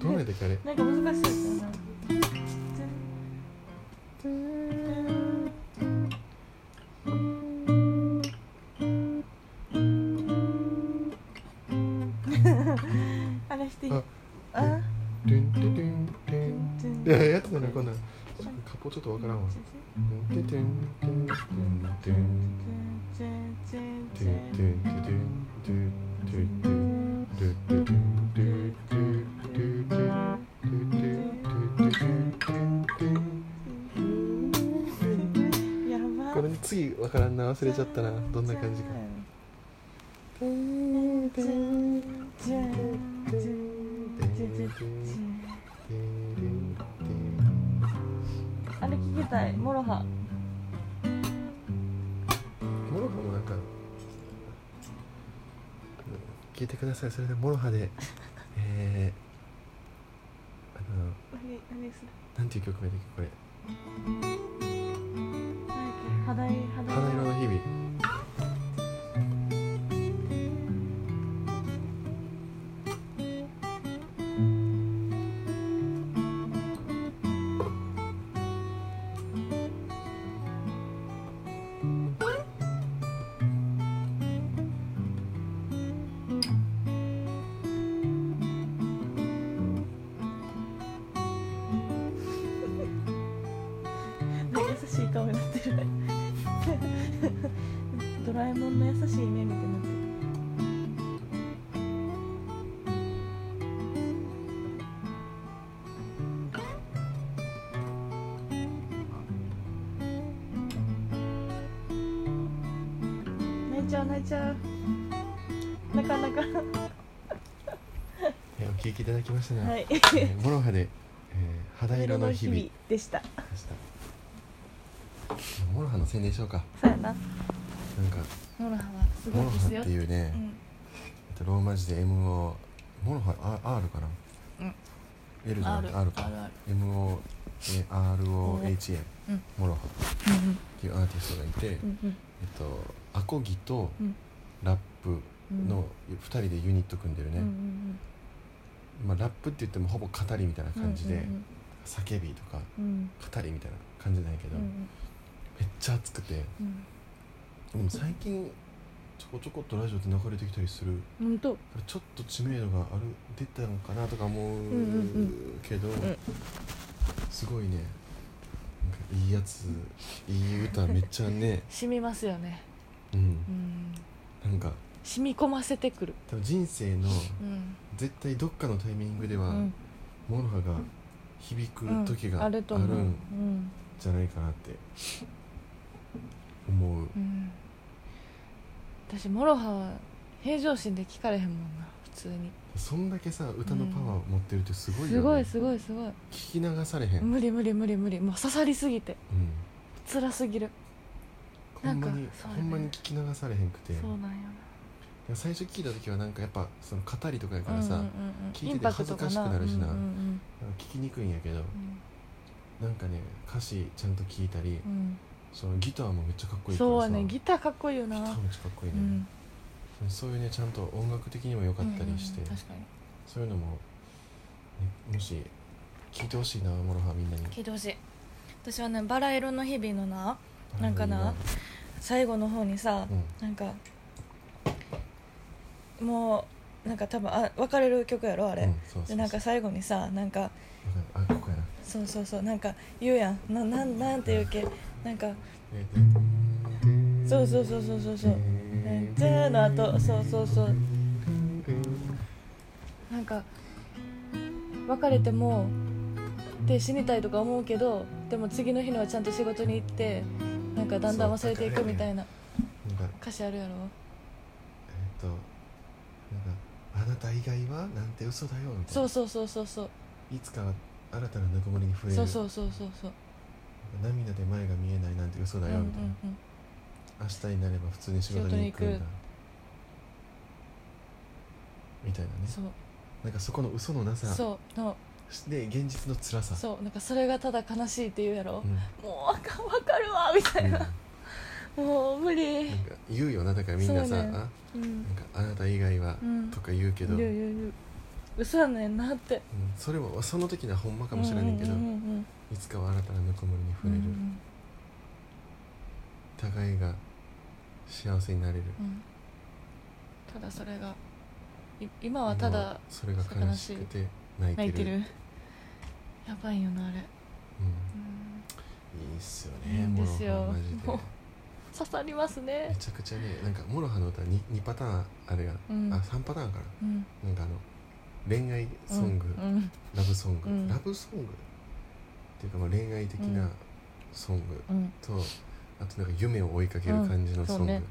A: どんなやったっけあれ
B: なんか難しいですよねあれしていい
A: あ
B: あ
A: ルンルンルンルンいややってたなこんなんカポちょっとわからんわトゥトゥントゥントゥントゥントゥントゥントゥントゥントゥントゥントゥトゥトゥトゥトゥトゥトゥトゥトゥトゥトゥトゥトゥトゥ
B: やば
A: これ次わからんな忘れちゃったなどんな感じか
B: あれ聞きたいモロハ
A: モロハもなんか聞いてくださいそれでモロハでえー、あの
C: 何何する
A: なんていう曲名だっけこれ
C: なんだっ
A: 「
C: け肌色
A: 花
C: 肌
A: 色
C: 色
A: の日々」
C: なんか優しい顔になってる (laughs) ドラえもんの優しい目みたいになってる泣いちゃう泣いちゃうなかなか
A: えーお聴きいただきましたの
C: は
A: はいえーモロハで、えー肌
C: 色
A: 色
C: の
A: の
C: 日
A: 日々」
C: 々
A: で
C: でした
A: したモロハの宣伝しようか
C: そうやな
A: なんか
B: モロハはすご
A: モ
B: い
A: ロ
B: で
A: ハっ
B: すよ
A: ていうね、
C: うん
A: えっとローマ字で MO モロハあ R かな、
B: うん
A: L じゃ
B: あ
A: なく
B: る
A: て
B: あ
A: R か
B: るあるある
A: MOROHN
B: うん
A: モロハ
B: うん、
A: っていうアーティストがいて、えっ
C: うんうん
A: とアコギと
C: うん
A: ラップ
C: うん
A: の2人でユニット組んでるね、
C: うんうん
A: まあ、ラップって言ってもほぼ語りみたいな
C: うん
A: 感じで、
C: うん
A: 叫びとか
C: うんうん
A: 語りみたいな感じなんやけど、
C: うんうん
A: めっちゃ熱くて
C: うん
A: でも最近ちょこちょこっとラジオで流れてきたりする
C: 本当
A: からちょっと知名度がある出たのかなとか思ううんけど、
C: ん
A: すごいねなんかいいやついい歌めっちゃね
B: 染みますよね
A: う、
B: うんん
A: なんか
B: 染み込ませてくる
A: 多分人生の
B: うん
A: 絶対どっかのタイミングで
B: う
A: は、
B: ん
A: モロハが響く時が
B: あ
A: ある
B: ると思ううんん
A: じゃないかなって思う
B: うん私モロハは平常心で聞かれへんもんな普通に
A: そんだけさ歌のパワーを持ってるってすごい
B: す
A: よ
B: ご
A: ね
B: いすごいすごい
A: 聞き流されへん、うん、
B: 無理無理無理無理もう刺さりすぎて辛すぎる
A: ほんま
B: な
A: に
B: んかそうだ
A: ほ
B: ね
A: んまに聞き流されへんくて
B: そうなんよ
A: 最初聞いた時はなんかやっぱその語りとかやから
B: な
A: さ、
B: うんうんうんうん
A: 聞
B: イ
A: い
B: ン
A: てて
B: パクトか
A: 恥ずかしくなるしな
B: うんうん
A: なんか聞きにくいんやけど
B: うん
A: なんかね歌詞ちゃんと聞いたり
B: うん
A: そのギターもめっちゃかっこ
B: う
A: い
B: ん
A: いから
B: そう
A: さ
B: はねギターかっこいいよ
A: ギタ
B: な
A: ーめっちゃかっこいいうね、
B: ん
A: そういうねちゃんと音楽的にも良かったりして、
B: うんうん確かに
A: そういうのも、ねもし聞いてほしいなモロハみんなに
B: 聞いてほしい私はね「バラ色の日々」のななんかな最後の方にさ
A: うん
B: なんかもうなんか多分あ別れる曲やろあれ、
A: うんそうそうそ
B: で
A: う
B: なんか最後にさなんか
A: わかるあここやな
B: そうそうそうなんか言うやんななんなんて言うっけなんか
A: えー
B: そうそうそうそうそうそう「じゃあ」のあとそうそうそうなんか別れてもで死にたいとか思うけどでも次の日のはちゃんと仕事に行ってなんかだんだん忘れていくみたいな
A: なんか
B: 歌詞あるやろ
A: えっとなんかあなた以外はなんて嘘だよみたい
B: そ
A: な
B: うそうそうそうそう
A: いつかは新たなぬくもりに触れる
B: そうそうそうそうそう
A: 涙で前が見えないなんて嘘だよみたいな、
B: うんうんうん
A: 明日になれば普通に仕事に行くん
B: 仕事に行
A: だ
B: く
A: みたいなね
B: そう
A: なんかそこの嘘のなさ
B: そうの
A: で現実の辛さ
B: そうなんかそれがただ悲しいって言うやろ
A: う、ん
B: もうあかんわかるわみたい
A: うんなん
B: な、
A: か
B: もう無理
A: 言うよなだからみんなさ、
B: そう
A: あ
B: ね
A: なんか
B: うん
A: あなた以外は
B: うん
A: とか言うけど、
B: 言う
A: うん
B: 言う言う嘘やねんなって
A: それはその時のほんまかもしれないけど、
B: うんうん
A: いつかは新たなぬくもりに
B: うんう
A: 触
B: ん
A: れる、互いが幸せになれる
B: うんうんただそれがい今はた
A: 今
B: だ
A: はそれが悲しくて泣いて
B: 泣
A: る
B: いてるやばいよなあれ、
A: うん
B: うん
A: いいっすよ
B: いい
A: ね
B: ん
A: モ
B: で
A: ロ
B: すよ
A: ハマジで
B: (laughs) も刺さりますね
A: めちゃくちゃねなんかモロハの歌 2, 二パターンあるやん、
B: うん
A: あ3パターンかな
B: うん
A: なんかあの恋愛ソング、
B: うん
A: ラブソング、
B: うん
A: ラブソングっていうかまあ恋愛的
B: う
A: なんソング
B: うん
A: と、あとなんか夢を追いかける感じのソング、
B: うんそうね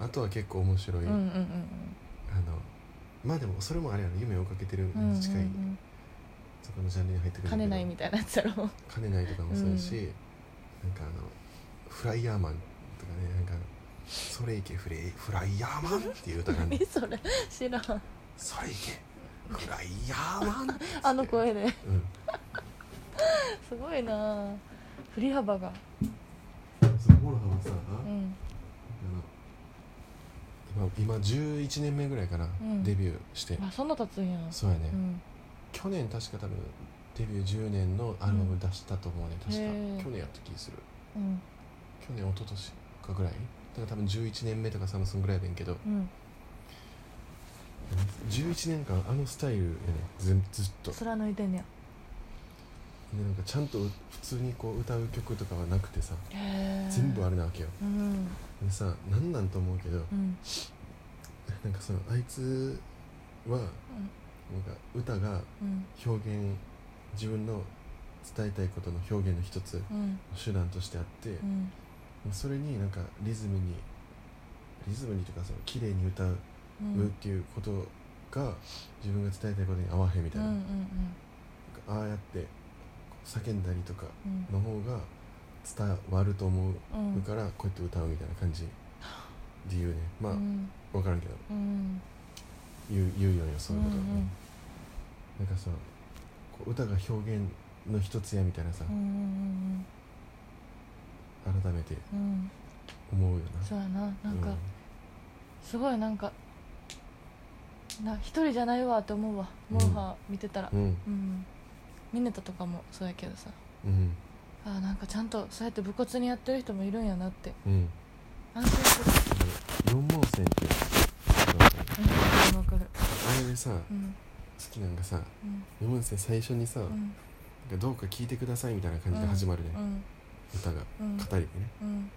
A: あとは結構面白い、
B: うんうんうん
A: あのまあでもそれもあれやろ夢を追いかけてる
B: うんうん
A: に近い、
B: うん
A: そこのジャンルに入ってくる
B: 兼
A: んだけ
B: ね
A: ど
B: ないみたいなやつやろ
A: 兼ねないとかもそうやし、
B: うん
A: なんかあのフライヤーマンとかねなんかそれいけフレフライヤーマンっていう歌があるの
C: 何それ知らん
A: それいけフライヤーマン
C: あの声で
A: うん
C: すごいな振り幅が
A: その頃はさ、
C: うん
A: あの今今11年目ぐらいかな、
C: うん
A: デビューして
C: あそんな経つんやん
A: そうやね、
C: うん
A: 去年確か多分デビュー10年のアルバム出したと思うね、確
C: へ
A: か
C: ー
A: 去年やった気する
C: うん
A: 去年一昨年かぐらいだから多分11年目とかサムスンぐらいやねんけど
C: うん
A: 11年間あのスタイルやねずずっとで
C: 貫いてんね
A: なんかちゃんと普通にこう歌う曲とかはなくてさ
C: やへえ
A: 全部あれなわけよ
C: うん
A: でさ何なんと思うけど
C: うん
A: なんかそのあいつはなんか歌が
C: うん
A: 表現自分の伝えたいことの表現の一つ
C: うん
A: 手段としてあって、
C: うん
A: それになんかリズムにリズムにというかその綺麗に歌う
C: う
A: うんっていうことが自分が伝えたいことに合わへんみた
C: う
A: い
C: んう
A: な,、
C: ん
A: なんかああやってこう叫んだりとか
C: うん
A: の方が伝わると思
C: う
A: うんからこうやって歌うみたいな感じで言うねまあ、
C: うん
A: 分からんけど
C: うん
A: 言う言うようよそういうことは、
C: うんうん
A: なんかそのこう歌が表現の一つやみたいなさ、
C: うんうん
A: 改めて
C: うんうん
A: 思うよな
C: そうやななんかすごいなんかな一人じゃないわって思うわモンハー見てたら
A: うんうん
C: うんミネタとかもそうやけどさ
A: うん
C: あーなんかちゃんとそうやって武骨にやってる人もいるんやなって
A: うん
C: 安心する
A: 4毛線ってわかる
C: うんわかるわかる
A: あれでさ好
C: うん
A: きなんかさ
C: うん
A: 4毛線最初にさ、
C: うん
A: なんかどうか聞いてくださいみたいな感じで始まるね、
C: うん
A: 歌が
C: うん
A: 語りでね
C: うん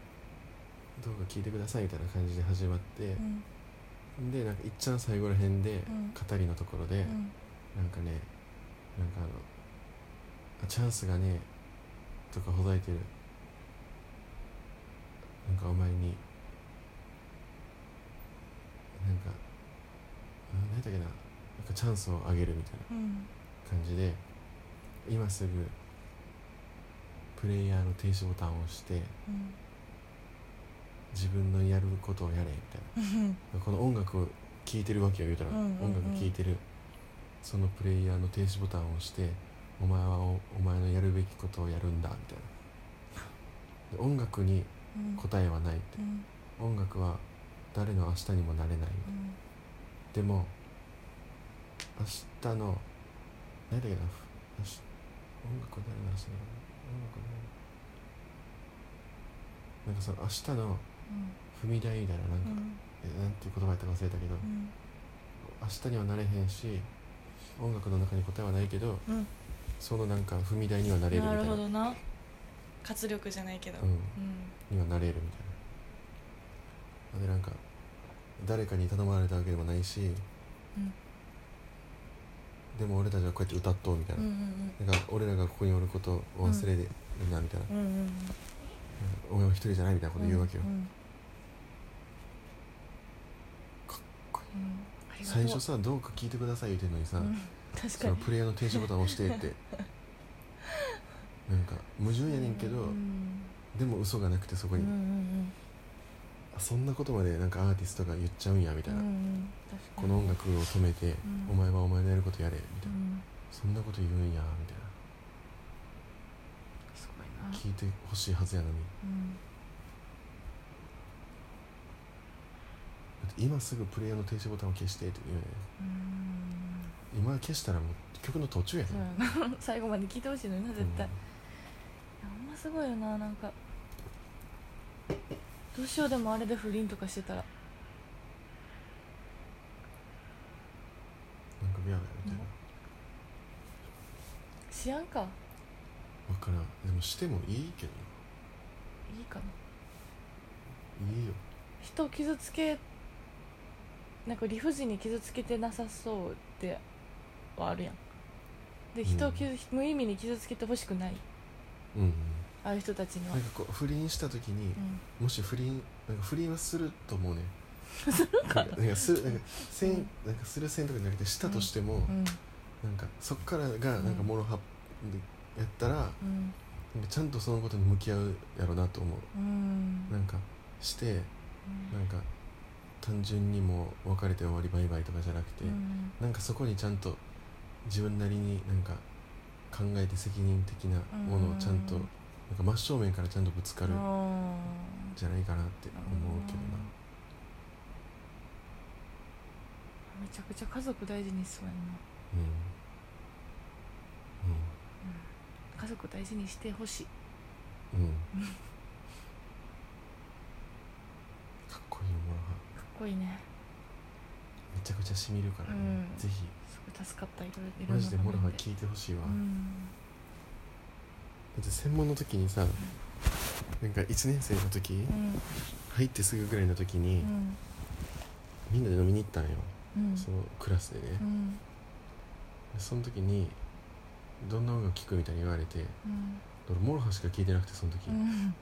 A: どうか聞いてくださいみたいな感じで始まって
C: う、ん
A: でなんかいっちゃん最後らへんで、
C: うん
A: 語りのところで、
C: うん
A: なんかねなんかあのあチャンスがねとかほざいてるなんかお前になんかうん何だっけななんかチャンスをあげるみたいな
C: うん
A: 感じで今すぐプレイヤーの停止ボタンを押して
C: うん
A: 自分のやることをやれみたいな
C: うん
A: この音楽を聴いてるわけよ言うたら、
C: うんうんうん
A: 音楽聴いてるそのプレイヤーの停止ボタンを押してお前はおお前のやるべきことをやるんだみたいなで音楽に
C: うん
A: 答えはないって
C: うん
A: 音楽は誰の明日にもなれない
C: うん
A: でも明日の何だっけな明日音楽は誰の明日にもなれない音楽は誰のなんかその明日の
C: うん
A: 踏み台みたいななん
C: う
A: か、
C: ん
A: えなんていう言葉やったか忘れたけど、
C: うん
A: 明日にはなれへんし音楽の中に答えはないけど、
C: うん
A: そのなんか踏み台にはなれるみた
C: ない
A: な
C: るほどな活力じゃないけど
A: う
C: うん
A: ん、にはなれるみたいなでなんか誰かに頼まれたわけでもないし、
C: ん
A: でも俺たちはこうやって歌っとうみたい
C: うん
A: な、
C: うん
A: なんか俺らがここにおることを忘れるなみたいな、
C: うんうんうん
A: お前は一人じゃないみたいなこと言うわけよ、
C: んん
A: かっこいい
C: うんありがと
A: 最
C: う
A: 初さ「どうか聞いてください」言うてんのにさ、
C: うん確
A: そ
C: か
A: の
C: に
A: プレイヤーの停止ボタンを押してってなんか矛盾やねんけど、
C: うん
A: でも嘘がなくてそこに、
C: うんうん
A: あそんなことまでなんかアーティストが言っちゃうんやみた
C: う
A: い
C: んう
A: な、
C: んうん確か
A: こ
C: に
A: の音楽を止めて、
C: うん
A: お前はお前のやることやれみ
C: う
A: たいな、
C: ん
A: そんなこと言うんやみたいな
C: すごいな
A: 聞いてほしいはずやのに
C: うん
A: だって今すぐプレイヤーの停止ボタンを消してって言うね
C: うん
A: 今消したらもう曲の途中やね
C: そうやな (laughs) 最後まで聞いてほしいのよな絶対、いやほんますごいよななんかどうしようでもあれで不倫とかしてたら
A: うんなんかビャービャーみたいな、
C: しやんか
A: わからんでもしてもいいけど
C: いいかな
A: ないいよ
C: 人を傷つけなんか理不尽に傷つけてなさそうではあるやんで人を傷、無意味に傷つけてほしくない
A: うん、うん、
C: ああいう人たちには
A: なんかこう不倫した時に、
C: うん
A: もし不倫なんか不倫はすると思うねなんかなんかすなんかせんなんかするせんとかじゃなくてしたとしても、
C: うん
A: なんかそっからが
C: うん
A: なんかモロハやったら、なんか
C: うん
A: ちゃんとそのことに向き合うやろうなと思う
C: うん
A: なんかして
C: う
A: なんか単純にもう別れて終わりバイバイとかじゃなくて、
B: うん
A: なんかそこにちゃんと自分なりになんか考えて責任的なものをちゃんと、
B: うん
A: なんか真正面からちゃんとぶつかるん
B: うん
A: じゃないかなって思うけどな、
B: めちゃくちゃ家族大事にすわんな
A: うん
B: 家族大事にしてほしい
A: うんうんかっこいいものが
B: かっこいいね
A: めちゃくちゃしみるからね、
B: うん
A: ぜひ
B: すごい助かったいろいろ
A: マジでモロハ
B: き
A: 聞いてほしいわ、
B: う
A: だ
B: ん
A: って専門の時にさなんか1年生の時、
B: うん
A: 入ってすぐぐらいの時に、
B: うん
A: みんなで飲みに行ったんよ、
B: うん
A: そのクラスでね、
B: うん
A: でその時に「どんな音楽聴く?」みたいに言われて
B: うん
A: 俺モロハしか聴いてなくてその時、
B: う
A: で
B: ん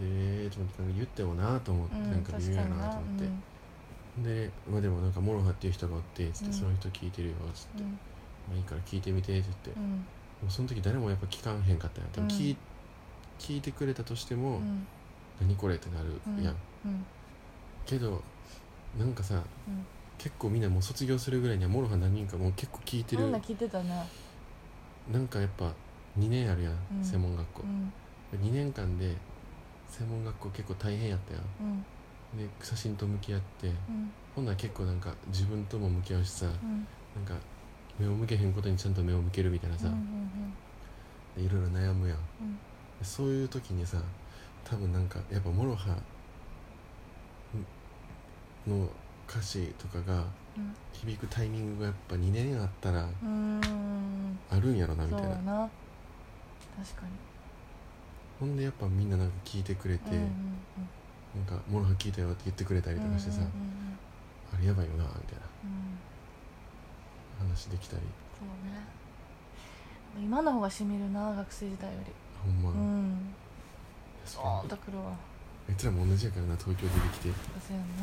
A: えーと思ってなんか言ってもなと思って、
B: うん
A: なんか微妙やなと思って、で、まあ、でもなんかモロハっていう人がおってつって、
B: うん
A: その人聴いてるよつって、
B: うん
A: まあ、いいから聴いてみてって言って、
B: う
A: で
B: ん
A: もその時誰もやっぱ聴かんへんかったんやでも聴い,、
B: うん
A: 聞いてくれたとして
B: う
A: も、
B: ん
A: 何これってなるやん、
B: うんうん
A: けどなんかさ、
B: うん
A: 結構みんなもう卒業するぐらいにはモロハ何人かもう結構聴いて
B: そ
A: る
B: んなん聞いてたな
A: なんかやっぱ2年あるやん、
B: うん
A: 専門学校
B: う、ん
A: 2年間で専門学校結構大変やったよ
B: うん
A: で写真と向き合って
B: うん
A: ほんなら結構なんか自分とも向き合うしさなん
B: うん
A: か目を向けへんことにちゃんと目を向けるみたいなさ、
B: うんうん
A: でいろいろ悩むやん、
B: うん
A: でそういう時にさ多分なんかやっぱモロハの歌詞とかが
B: うん
A: 響くタイミングがやっぱ2年あったら
B: うんうーん
A: あるんやろなみ
B: そ
A: た
B: う
A: い
B: や
A: な
B: な確か
A: ほんでやっぱみんななんか聞いてくれて、
B: にうんうん
A: なんか「モロハ聞いたよ」って言ってくれたり
B: うん
A: とかしてさ、
B: うんうんうん
A: あれやばいよなみたいな
B: うん
A: 話できたり
B: そうね今の方がしみるな学生時代より
A: ほんま、
B: うん
A: そ
B: あ
A: う
B: ーだからは
A: あいつらも同じやからな東京出てきて、
B: そうやん
A: うん、
B: な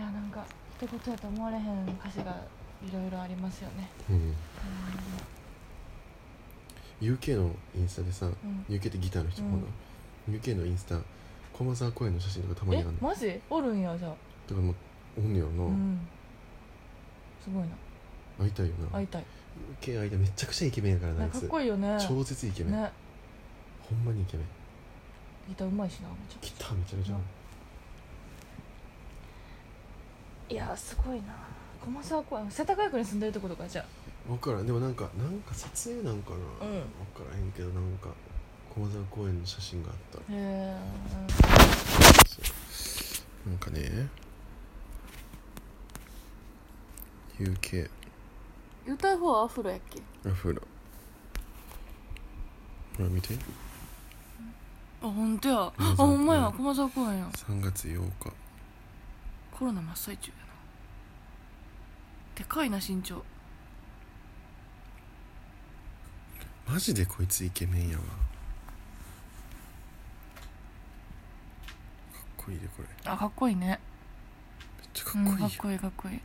B: いやなんか一言やと思われへん歌詞がいろいろありますよね
A: うん、UK のインスタでさ
B: うん
A: UK ってギターの人もな、UK のインスタ駒沢公園の写真とかたまにあ
B: え
A: るの
B: マジおるんやじゃあ
A: とかもうおんねやろな、
B: うんすごいな
A: 会いたいよな
B: 会いたい
A: UK 会いたいめちゃくちゃイケメンやからなあ
B: ないんかか
A: つ
B: っこいいよね
A: 超絶イケメン、
B: ね
A: ほんまにイケメン
B: ギターうまいしなめちゃく
A: ギ
B: ち
A: ターめちゃめちゃ、
B: ゃいやすごいな駒沢公園世田谷区に住んでるってことかじゃ
A: 分からんでもなんかなんか撮影なんかな、
B: うん
A: 分からへんけどなんか駒沢公園の写真があった
B: あへえ
A: そうなんかね UK
B: 歌う方はアフロやっけ
A: アフロほら見て
B: あ本当やあ
A: 沢公園
B: ほんまや駒沢公園や
A: 3月8日
B: コロナ真っ最中やなでかいな身長
A: マジでこいつイケメンやわかっこいいでこれめ
B: あかっこいいね
A: っちゃか
B: う
A: っ
B: ん
A: こいい
B: か
A: よ
B: っこいいかっこいい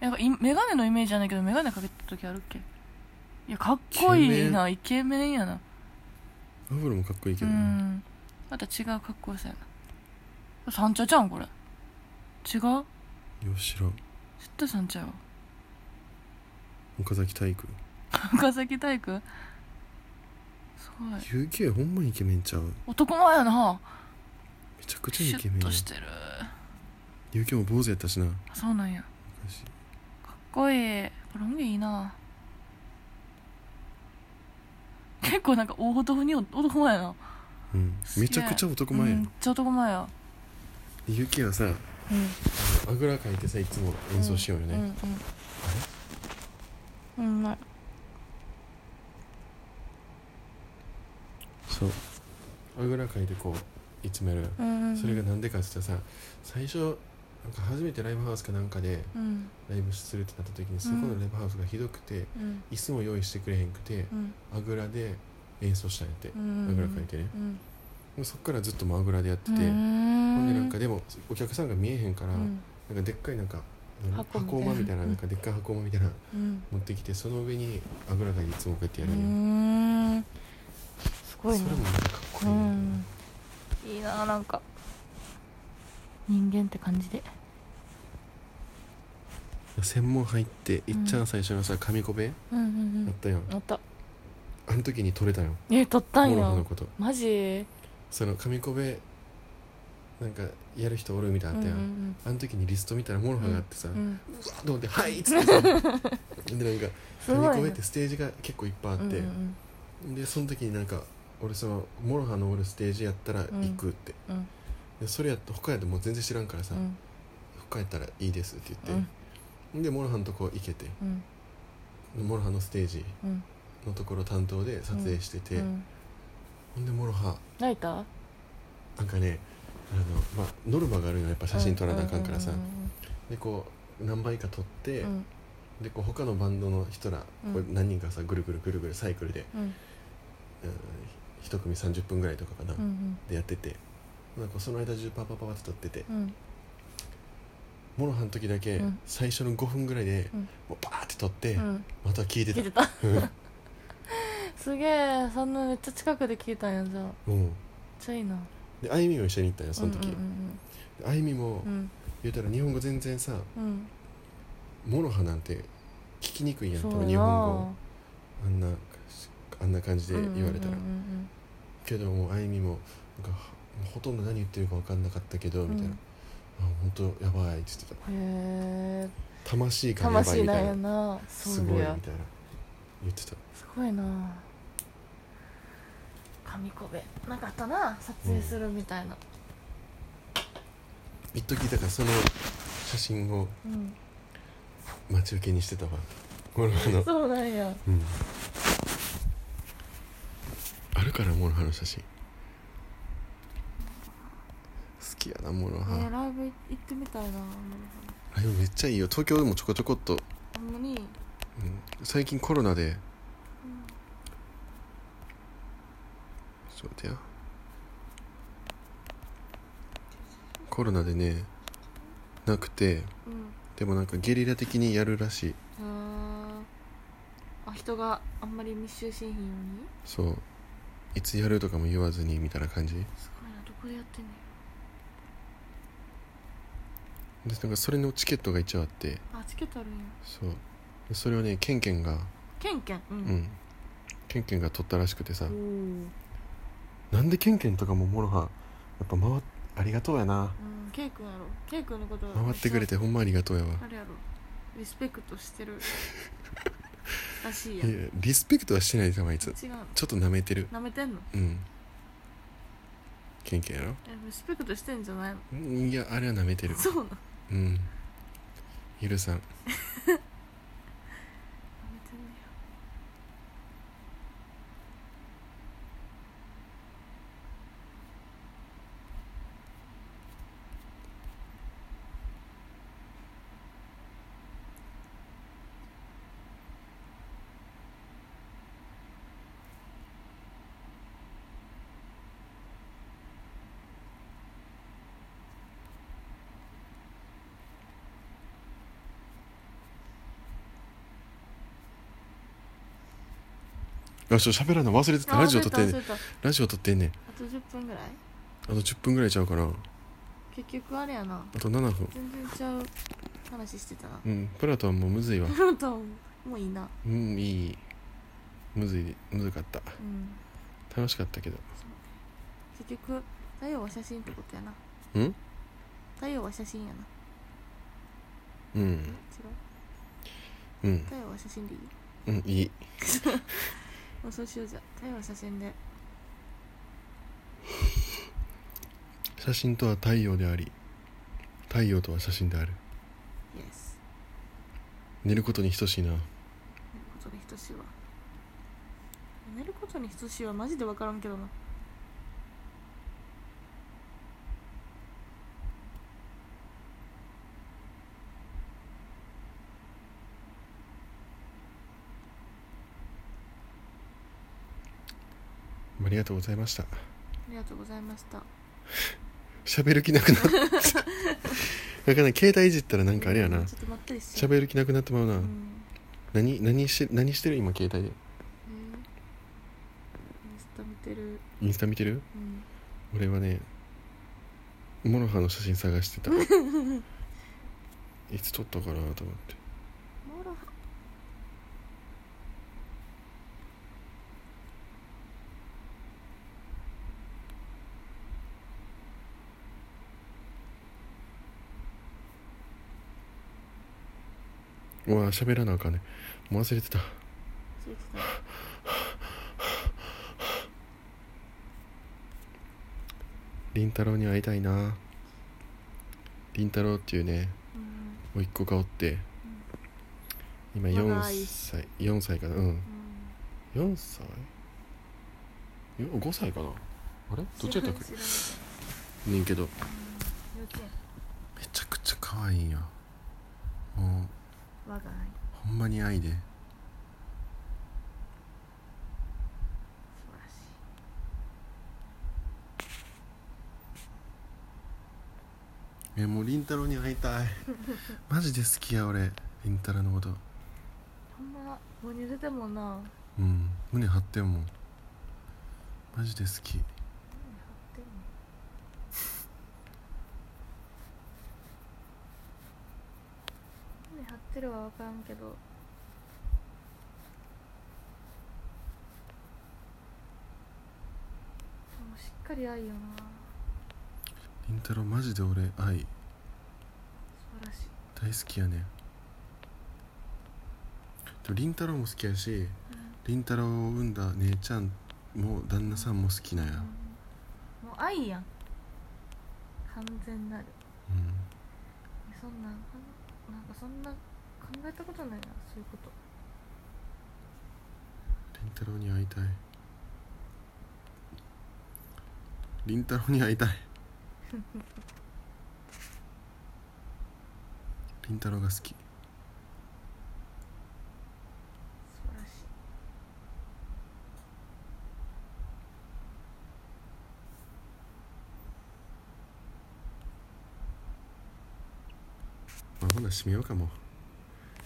B: なんかい眼鏡のイメージじゃないけど眼鏡かけてた時あるっけいやかっこいいなイケメンやな
A: アフロもかっこいいけ
B: う
A: どね
B: んまた違う格好さやな三茶ちゃうんこれ違う
A: よしろ
B: 絶対三茶よ
A: 岡崎体育
B: (laughs) 岡崎体育すごい
A: UK ほんまイケメンちゃうめ
B: 男前やな
A: ちゃくち
B: シ
A: ゃ
B: ュ
A: イケメ
B: ッ
A: ンや
B: としてる
A: UK も坊主やったしな
B: あそうなんや
A: 昔
B: かっこいいこれ音源いいな結構なんか大男に男前やな
A: うん
B: すげ
A: め
B: え
A: ちゃくちゃ男前
B: う
A: や
B: ん
A: ん
B: めっちゃ男前や
A: で UK はさ
B: うん
A: あぐらかいてさいつも演奏しようよね、
B: うんうんうんうまい
A: そうあぐらかいてこういつもやる、
B: うんうん
A: それがなんでかって言ったらさ最初なんか初めてライブハウスかなんかで
B: うん
A: ライブするってなった時にそこのライブハウスがひどくて、
B: うん
A: 椅子も用意してくれへんくて
B: うん
A: あぐらで演奏したんやって、
B: うん
A: あぐらかいてね
B: うん
A: もうそっからずっともうあぐらでやってて、
B: う
A: ほんで
B: ん
A: なんかでもお客さんが見えへんから、
B: うん
A: なんかでっかいなんかなんか
B: 箱みた
A: 箱
B: いな
A: 馬みたいななんかでっかい箱馬みたいなの
B: うん
A: 持ってきてその上にあぐらかいていつもこうやって
B: う
A: やるんよ
B: んすごい
A: そ
B: ね
A: れもなんかかっこいいな、
B: うんいいななんか人間って感じで
A: 専門入っていっちゃん最初のさ紙コベ
B: うんうんう
A: あっ
B: ん
A: たやん
B: あった
A: あの時に撮れたよ
B: え撮った
A: モ
B: ん
A: ロハ
B: や
A: のこと
B: マジ
A: その紙コベなんかやる人おるみたいな
B: う
A: あ
B: ん
A: っ
B: う
A: た
B: ん
A: やんあの時にリスト見たらモロハがあってさ「う
B: うんうん
A: わっ!」と思って「はい!」っつって
B: (laughs)
A: さでなんか
B: す
A: 紙
B: ご
A: コ
B: い
A: ベ
B: ね
A: ってステージが結構いっぱいあっ
B: う
A: て、
B: んうんうん
A: でその時になんか俺そのモロハのおるステージやったら行くって、
B: うん
A: でそれやった他やってもう全然知らんからさ、
B: うん
A: 他やったらいいですって
B: う
A: 言っ
B: ん
A: て、でモロハのとこ行けて
B: うん
A: モロハのステージ
B: うん
A: のところ担当で撮影してて、
B: うん
A: ほんでモロハ
B: ライター
A: なんかねあの、まあ、ノルマがあるのよやっぱ写真撮らなあかんからさ、
B: うん
A: でこう何倍か撮って、
B: うん
A: でこう他のバンドの人ら、
B: うん
A: こう何人かさぐるぐるぐるぐるサイクルで、
B: うん
A: うん、一組30分ぐらいとかかな、
B: うんうん
A: でやっててなんかその間中パパパパって撮ってて、
B: うん
A: モロハの時だけ
B: うん
A: 最初の5分ぐらいで
B: うん
A: もうバーって撮って、
B: うんうん
A: また聞いてた
B: 聞いてた
A: うん
B: すげえそんなめっちゃ近くで聞いたんやじゃあめっ
A: (laughs) うん
B: ちゃいいな
A: であゆみも一緒に行ったんよその時、
B: うんうん
A: であゆみも
B: うん
A: 言うたら日本語全然さ
B: うん
A: モロハなんて聞きにくい
B: うん
A: やん
B: そ
A: 多
B: う
A: 分
B: や
A: 日
B: な
A: 本語あんなあんな感じで言われたら、
B: うんうん
A: けどもうあゆみもなんかほとんど何言ってるか分かんなかったけどみたいな、
B: うん
A: あ本当やばいって言ってた
B: うんうんへえ
A: 魂がやばい
B: 魂
A: み
B: な
A: た
B: ん
A: い
B: や
A: な
B: な
A: す
B: そ
A: ごいみたい
B: う
A: な
B: や
A: 言ってた
B: すごいな紙コベなんかあったな撮影するみたいな
A: 一時だからその写真を
B: うん
A: 待ち受けにしてたわモロハの、
B: そうなんや
A: うん、あるからモロハの写真好きやなモロ
B: えー
A: ハ
B: ライブ行ってみたいな
A: あでもめっちゃいいよ東京でもちょこちょこっと、
B: ほんま
A: う
B: に
A: ん最近コロナでちょっと待ってよコロナでねなくて
B: うん
A: でもなんかゲリラ的にやるらしい
B: へーあ人があんまり密集しへんように
A: そういつやるとかも言わずにみたいな感じです
B: ごいなどこでやってんの
A: なんかそれのチケットが一応あって
B: あチケットあるんや
A: そうでそれをねケンケンが
B: ケンケンう
A: うん、ケンケンが取ったらしくてさ
B: おー
A: なんでケンケンとかももろはやっぱ回っありがとうやな
B: うんケイ君やろケイ君のこと
A: 回ってくれてほんまありがとうやわ
B: あれやろリスペクトして
A: (laughs)
B: るらしい
A: い
B: や
A: や
B: ん
A: いやリスペクトはしてないでたまいつ
B: 違うの
A: ちょっと舐めてる
B: なめてんの
A: うんケンケンやろ
B: えリスペクトしてんじゃないの
A: うんいやあれは舐めてる
B: そうなのな
A: うん許さん
B: めてんねや
A: よし喋らんの忘れてた
B: あ
A: ラジオ撮ってん
B: 忘
A: ね
B: れた忘れ
A: ラジオ撮ってんねん
B: たあと10分ぐらい
A: あと10分ぐらいちゃうかな
B: 結局あれやな
A: あと7分
B: 全然ちゃう話してたな
A: うんプラトンもむずいわ
B: プロトンもういいな
A: うんいいむずいむずかった
B: うん
A: 楽しかったけど
B: 結局太陽は写真ってことやな
A: うん
B: 太陽は写真やな
A: うん
B: 違う
A: うん
B: 太陽は写真でいい
A: うんいい
B: もうそうしようじゃ太陽は写真で
A: 写真とは太陽であり太陽とは写真である
B: イエス
A: 寝ることに等しいな
B: 寝ることに等しいわ寝ることに等しいはマジで分からんけどな
A: ありがとうございました
B: ありがとうございました
A: 喋る気なくなった (laughs) なんかね携帯いじったらなんかあれやな
B: ちょっとまったりしちゃう
A: 喋る気なくなってまうな、
B: うん
A: 何何して何してる今携帯で
B: えーインスタ見てる
A: インスタ見てる
B: うん
A: 俺はねモロハの写真探して
C: (laughs)
A: たいつ撮ったかなと思って
C: モロハ
A: うわ喋らなあかんねもう忘れてた
C: ついてた
A: 凛太郎に会いたいな凛太郎っていうね
C: うん
A: 甥っ子がおって今
C: ま
A: 4
C: だ愛
A: 歳4歳かなうん
C: うん
A: 4歳よ5歳かなあれどっちやったっ
C: (laughs) 知らん知
A: けねんけど
C: らん幼稚園
A: めちゃくちゃ可愛いんよもう
C: 我が愛
A: ほんまに愛で
C: 素晴らしい
A: えもう凛太郎に会いたいマジで好きや俺凛太郎のこと
C: ほんま母乳出てもんな
A: うん胸張ってんもんマジで好き
C: でも胸張ってるは分からんけどでもしっかり愛よな
A: 凛太郎マジで俺愛
C: 素晴らしい
A: 大好きやねんでも凛太郎も好きやし凛太郎を産んだ姉ちゃんも旦那さんも好きなんや
C: もう愛やん完全なる
A: うん
C: そんなんなんかそんな考えたことないなそういうこと
A: 凛太郎に会いたい凛太郎に会いた (laughs) い凛太郎が好き
C: 素晴らしい
A: まあ、ほな閉めようかも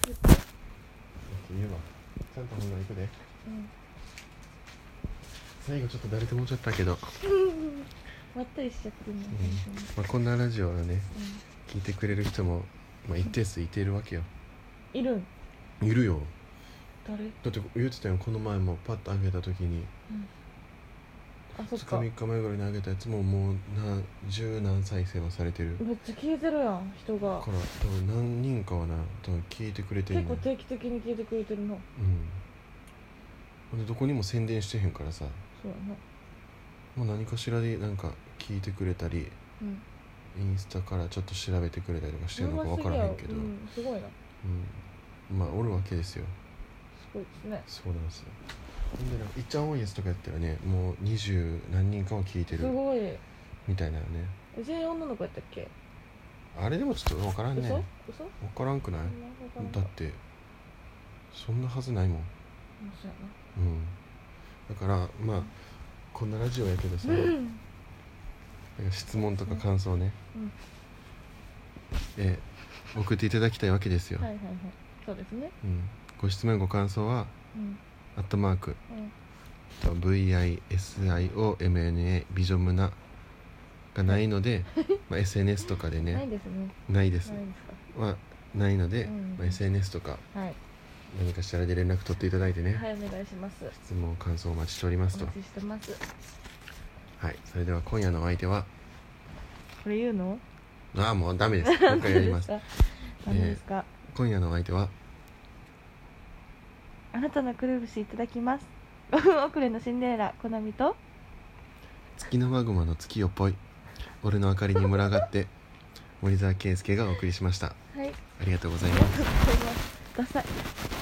C: 言っ
A: 言えばちゃんとほんな行くで
C: うん
A: 最後ちょっと誰ともちゃったけど、
C: まったりしちゃってるね、
A: うんまあ、こんなラジオはね聞いてくれる人も、まあ、一定数いているわけよ
C: うん、いるん
A: いるよ
C: 誰
A: だって言ってたよこの前もパッと上げた時に
C: あそっ
A: 2
C: か
A: 日3日前ぐらいに上げたやつももうな十何再生はされてる
C: めっちゃ聞いてるやん人
A: だ
C: が
A: から多分何人かはな多分聞いてくれてる
C: 結
A: の
C: 構
A: よ
C: 定期的に聞いてくれてるな
A: うんほんでどこにも宣伝してへんからさ
C: そうやな
A: もう何かしらでなんか聞いてくれたり
C: うん
A: インスタからちょっと調べてくれたりとかしてるのか
C: う
A: 分
C: ます
A: か
C: ぎ
A: らへ
C: やろ
A: んけど、
C: う
A: うん
C: ん、すごいな
A: まあおるわけですよ
C: すごいですね
A: そうなんですよほんでなんか「いっちゃんおいです」とかやったらねもう二十何人かは聞いて
C: す
A: る
C: ごいう
A: みたいなよね
C: ちに女の子やったっけ
A: あれでもちょっと分からんね
C: 嘘
A: 分
C: 嘘
A: からんくない
C: そんなわからん
A: だってそんなはずないもん
C: うんそうや
A: うんだからまあこんなラジオやけどさ
C: な
A: なん
C: うん
A: か質問とか感想ね、
C: うん
A: えー送っていただきたいわけですよ、
C: はいはいはいそうですね
A: うん、ご質問ご感想は
C: うん
A: 「アットマーク
C: うん」
A: と VISIOMNA ビジョムナがないの
C: (laughs)
A: で、まあ、SNS とかで
C: ない
A: ね
C: ですね
A: ないです
C: ない
A: は
C: で
A: ないので、
C: うん
A: まあ、SNS とか
C: すかはい
A: 何かしらで連絡取っていただいてね、
C: はいお願いします
A: 質問感想お待ちしております
C: お
A: と
C: 待ちしてます
A: はいそれでは今夜のお相手は
C: これ言うの
A: ああもうダメ
C: (laughs)
A: ですもう一回やります
C: 何ですか
A: 今夜のお相手は
C: あなたのくるぶしいただきます5分 (laughs) 遅れのシンデレラコナミと
A: 月のマグマの月よっぽい俺の明かりに群がって森沢圭介がお送りしました
C: はい
A: ありがとうございます
C: ダサい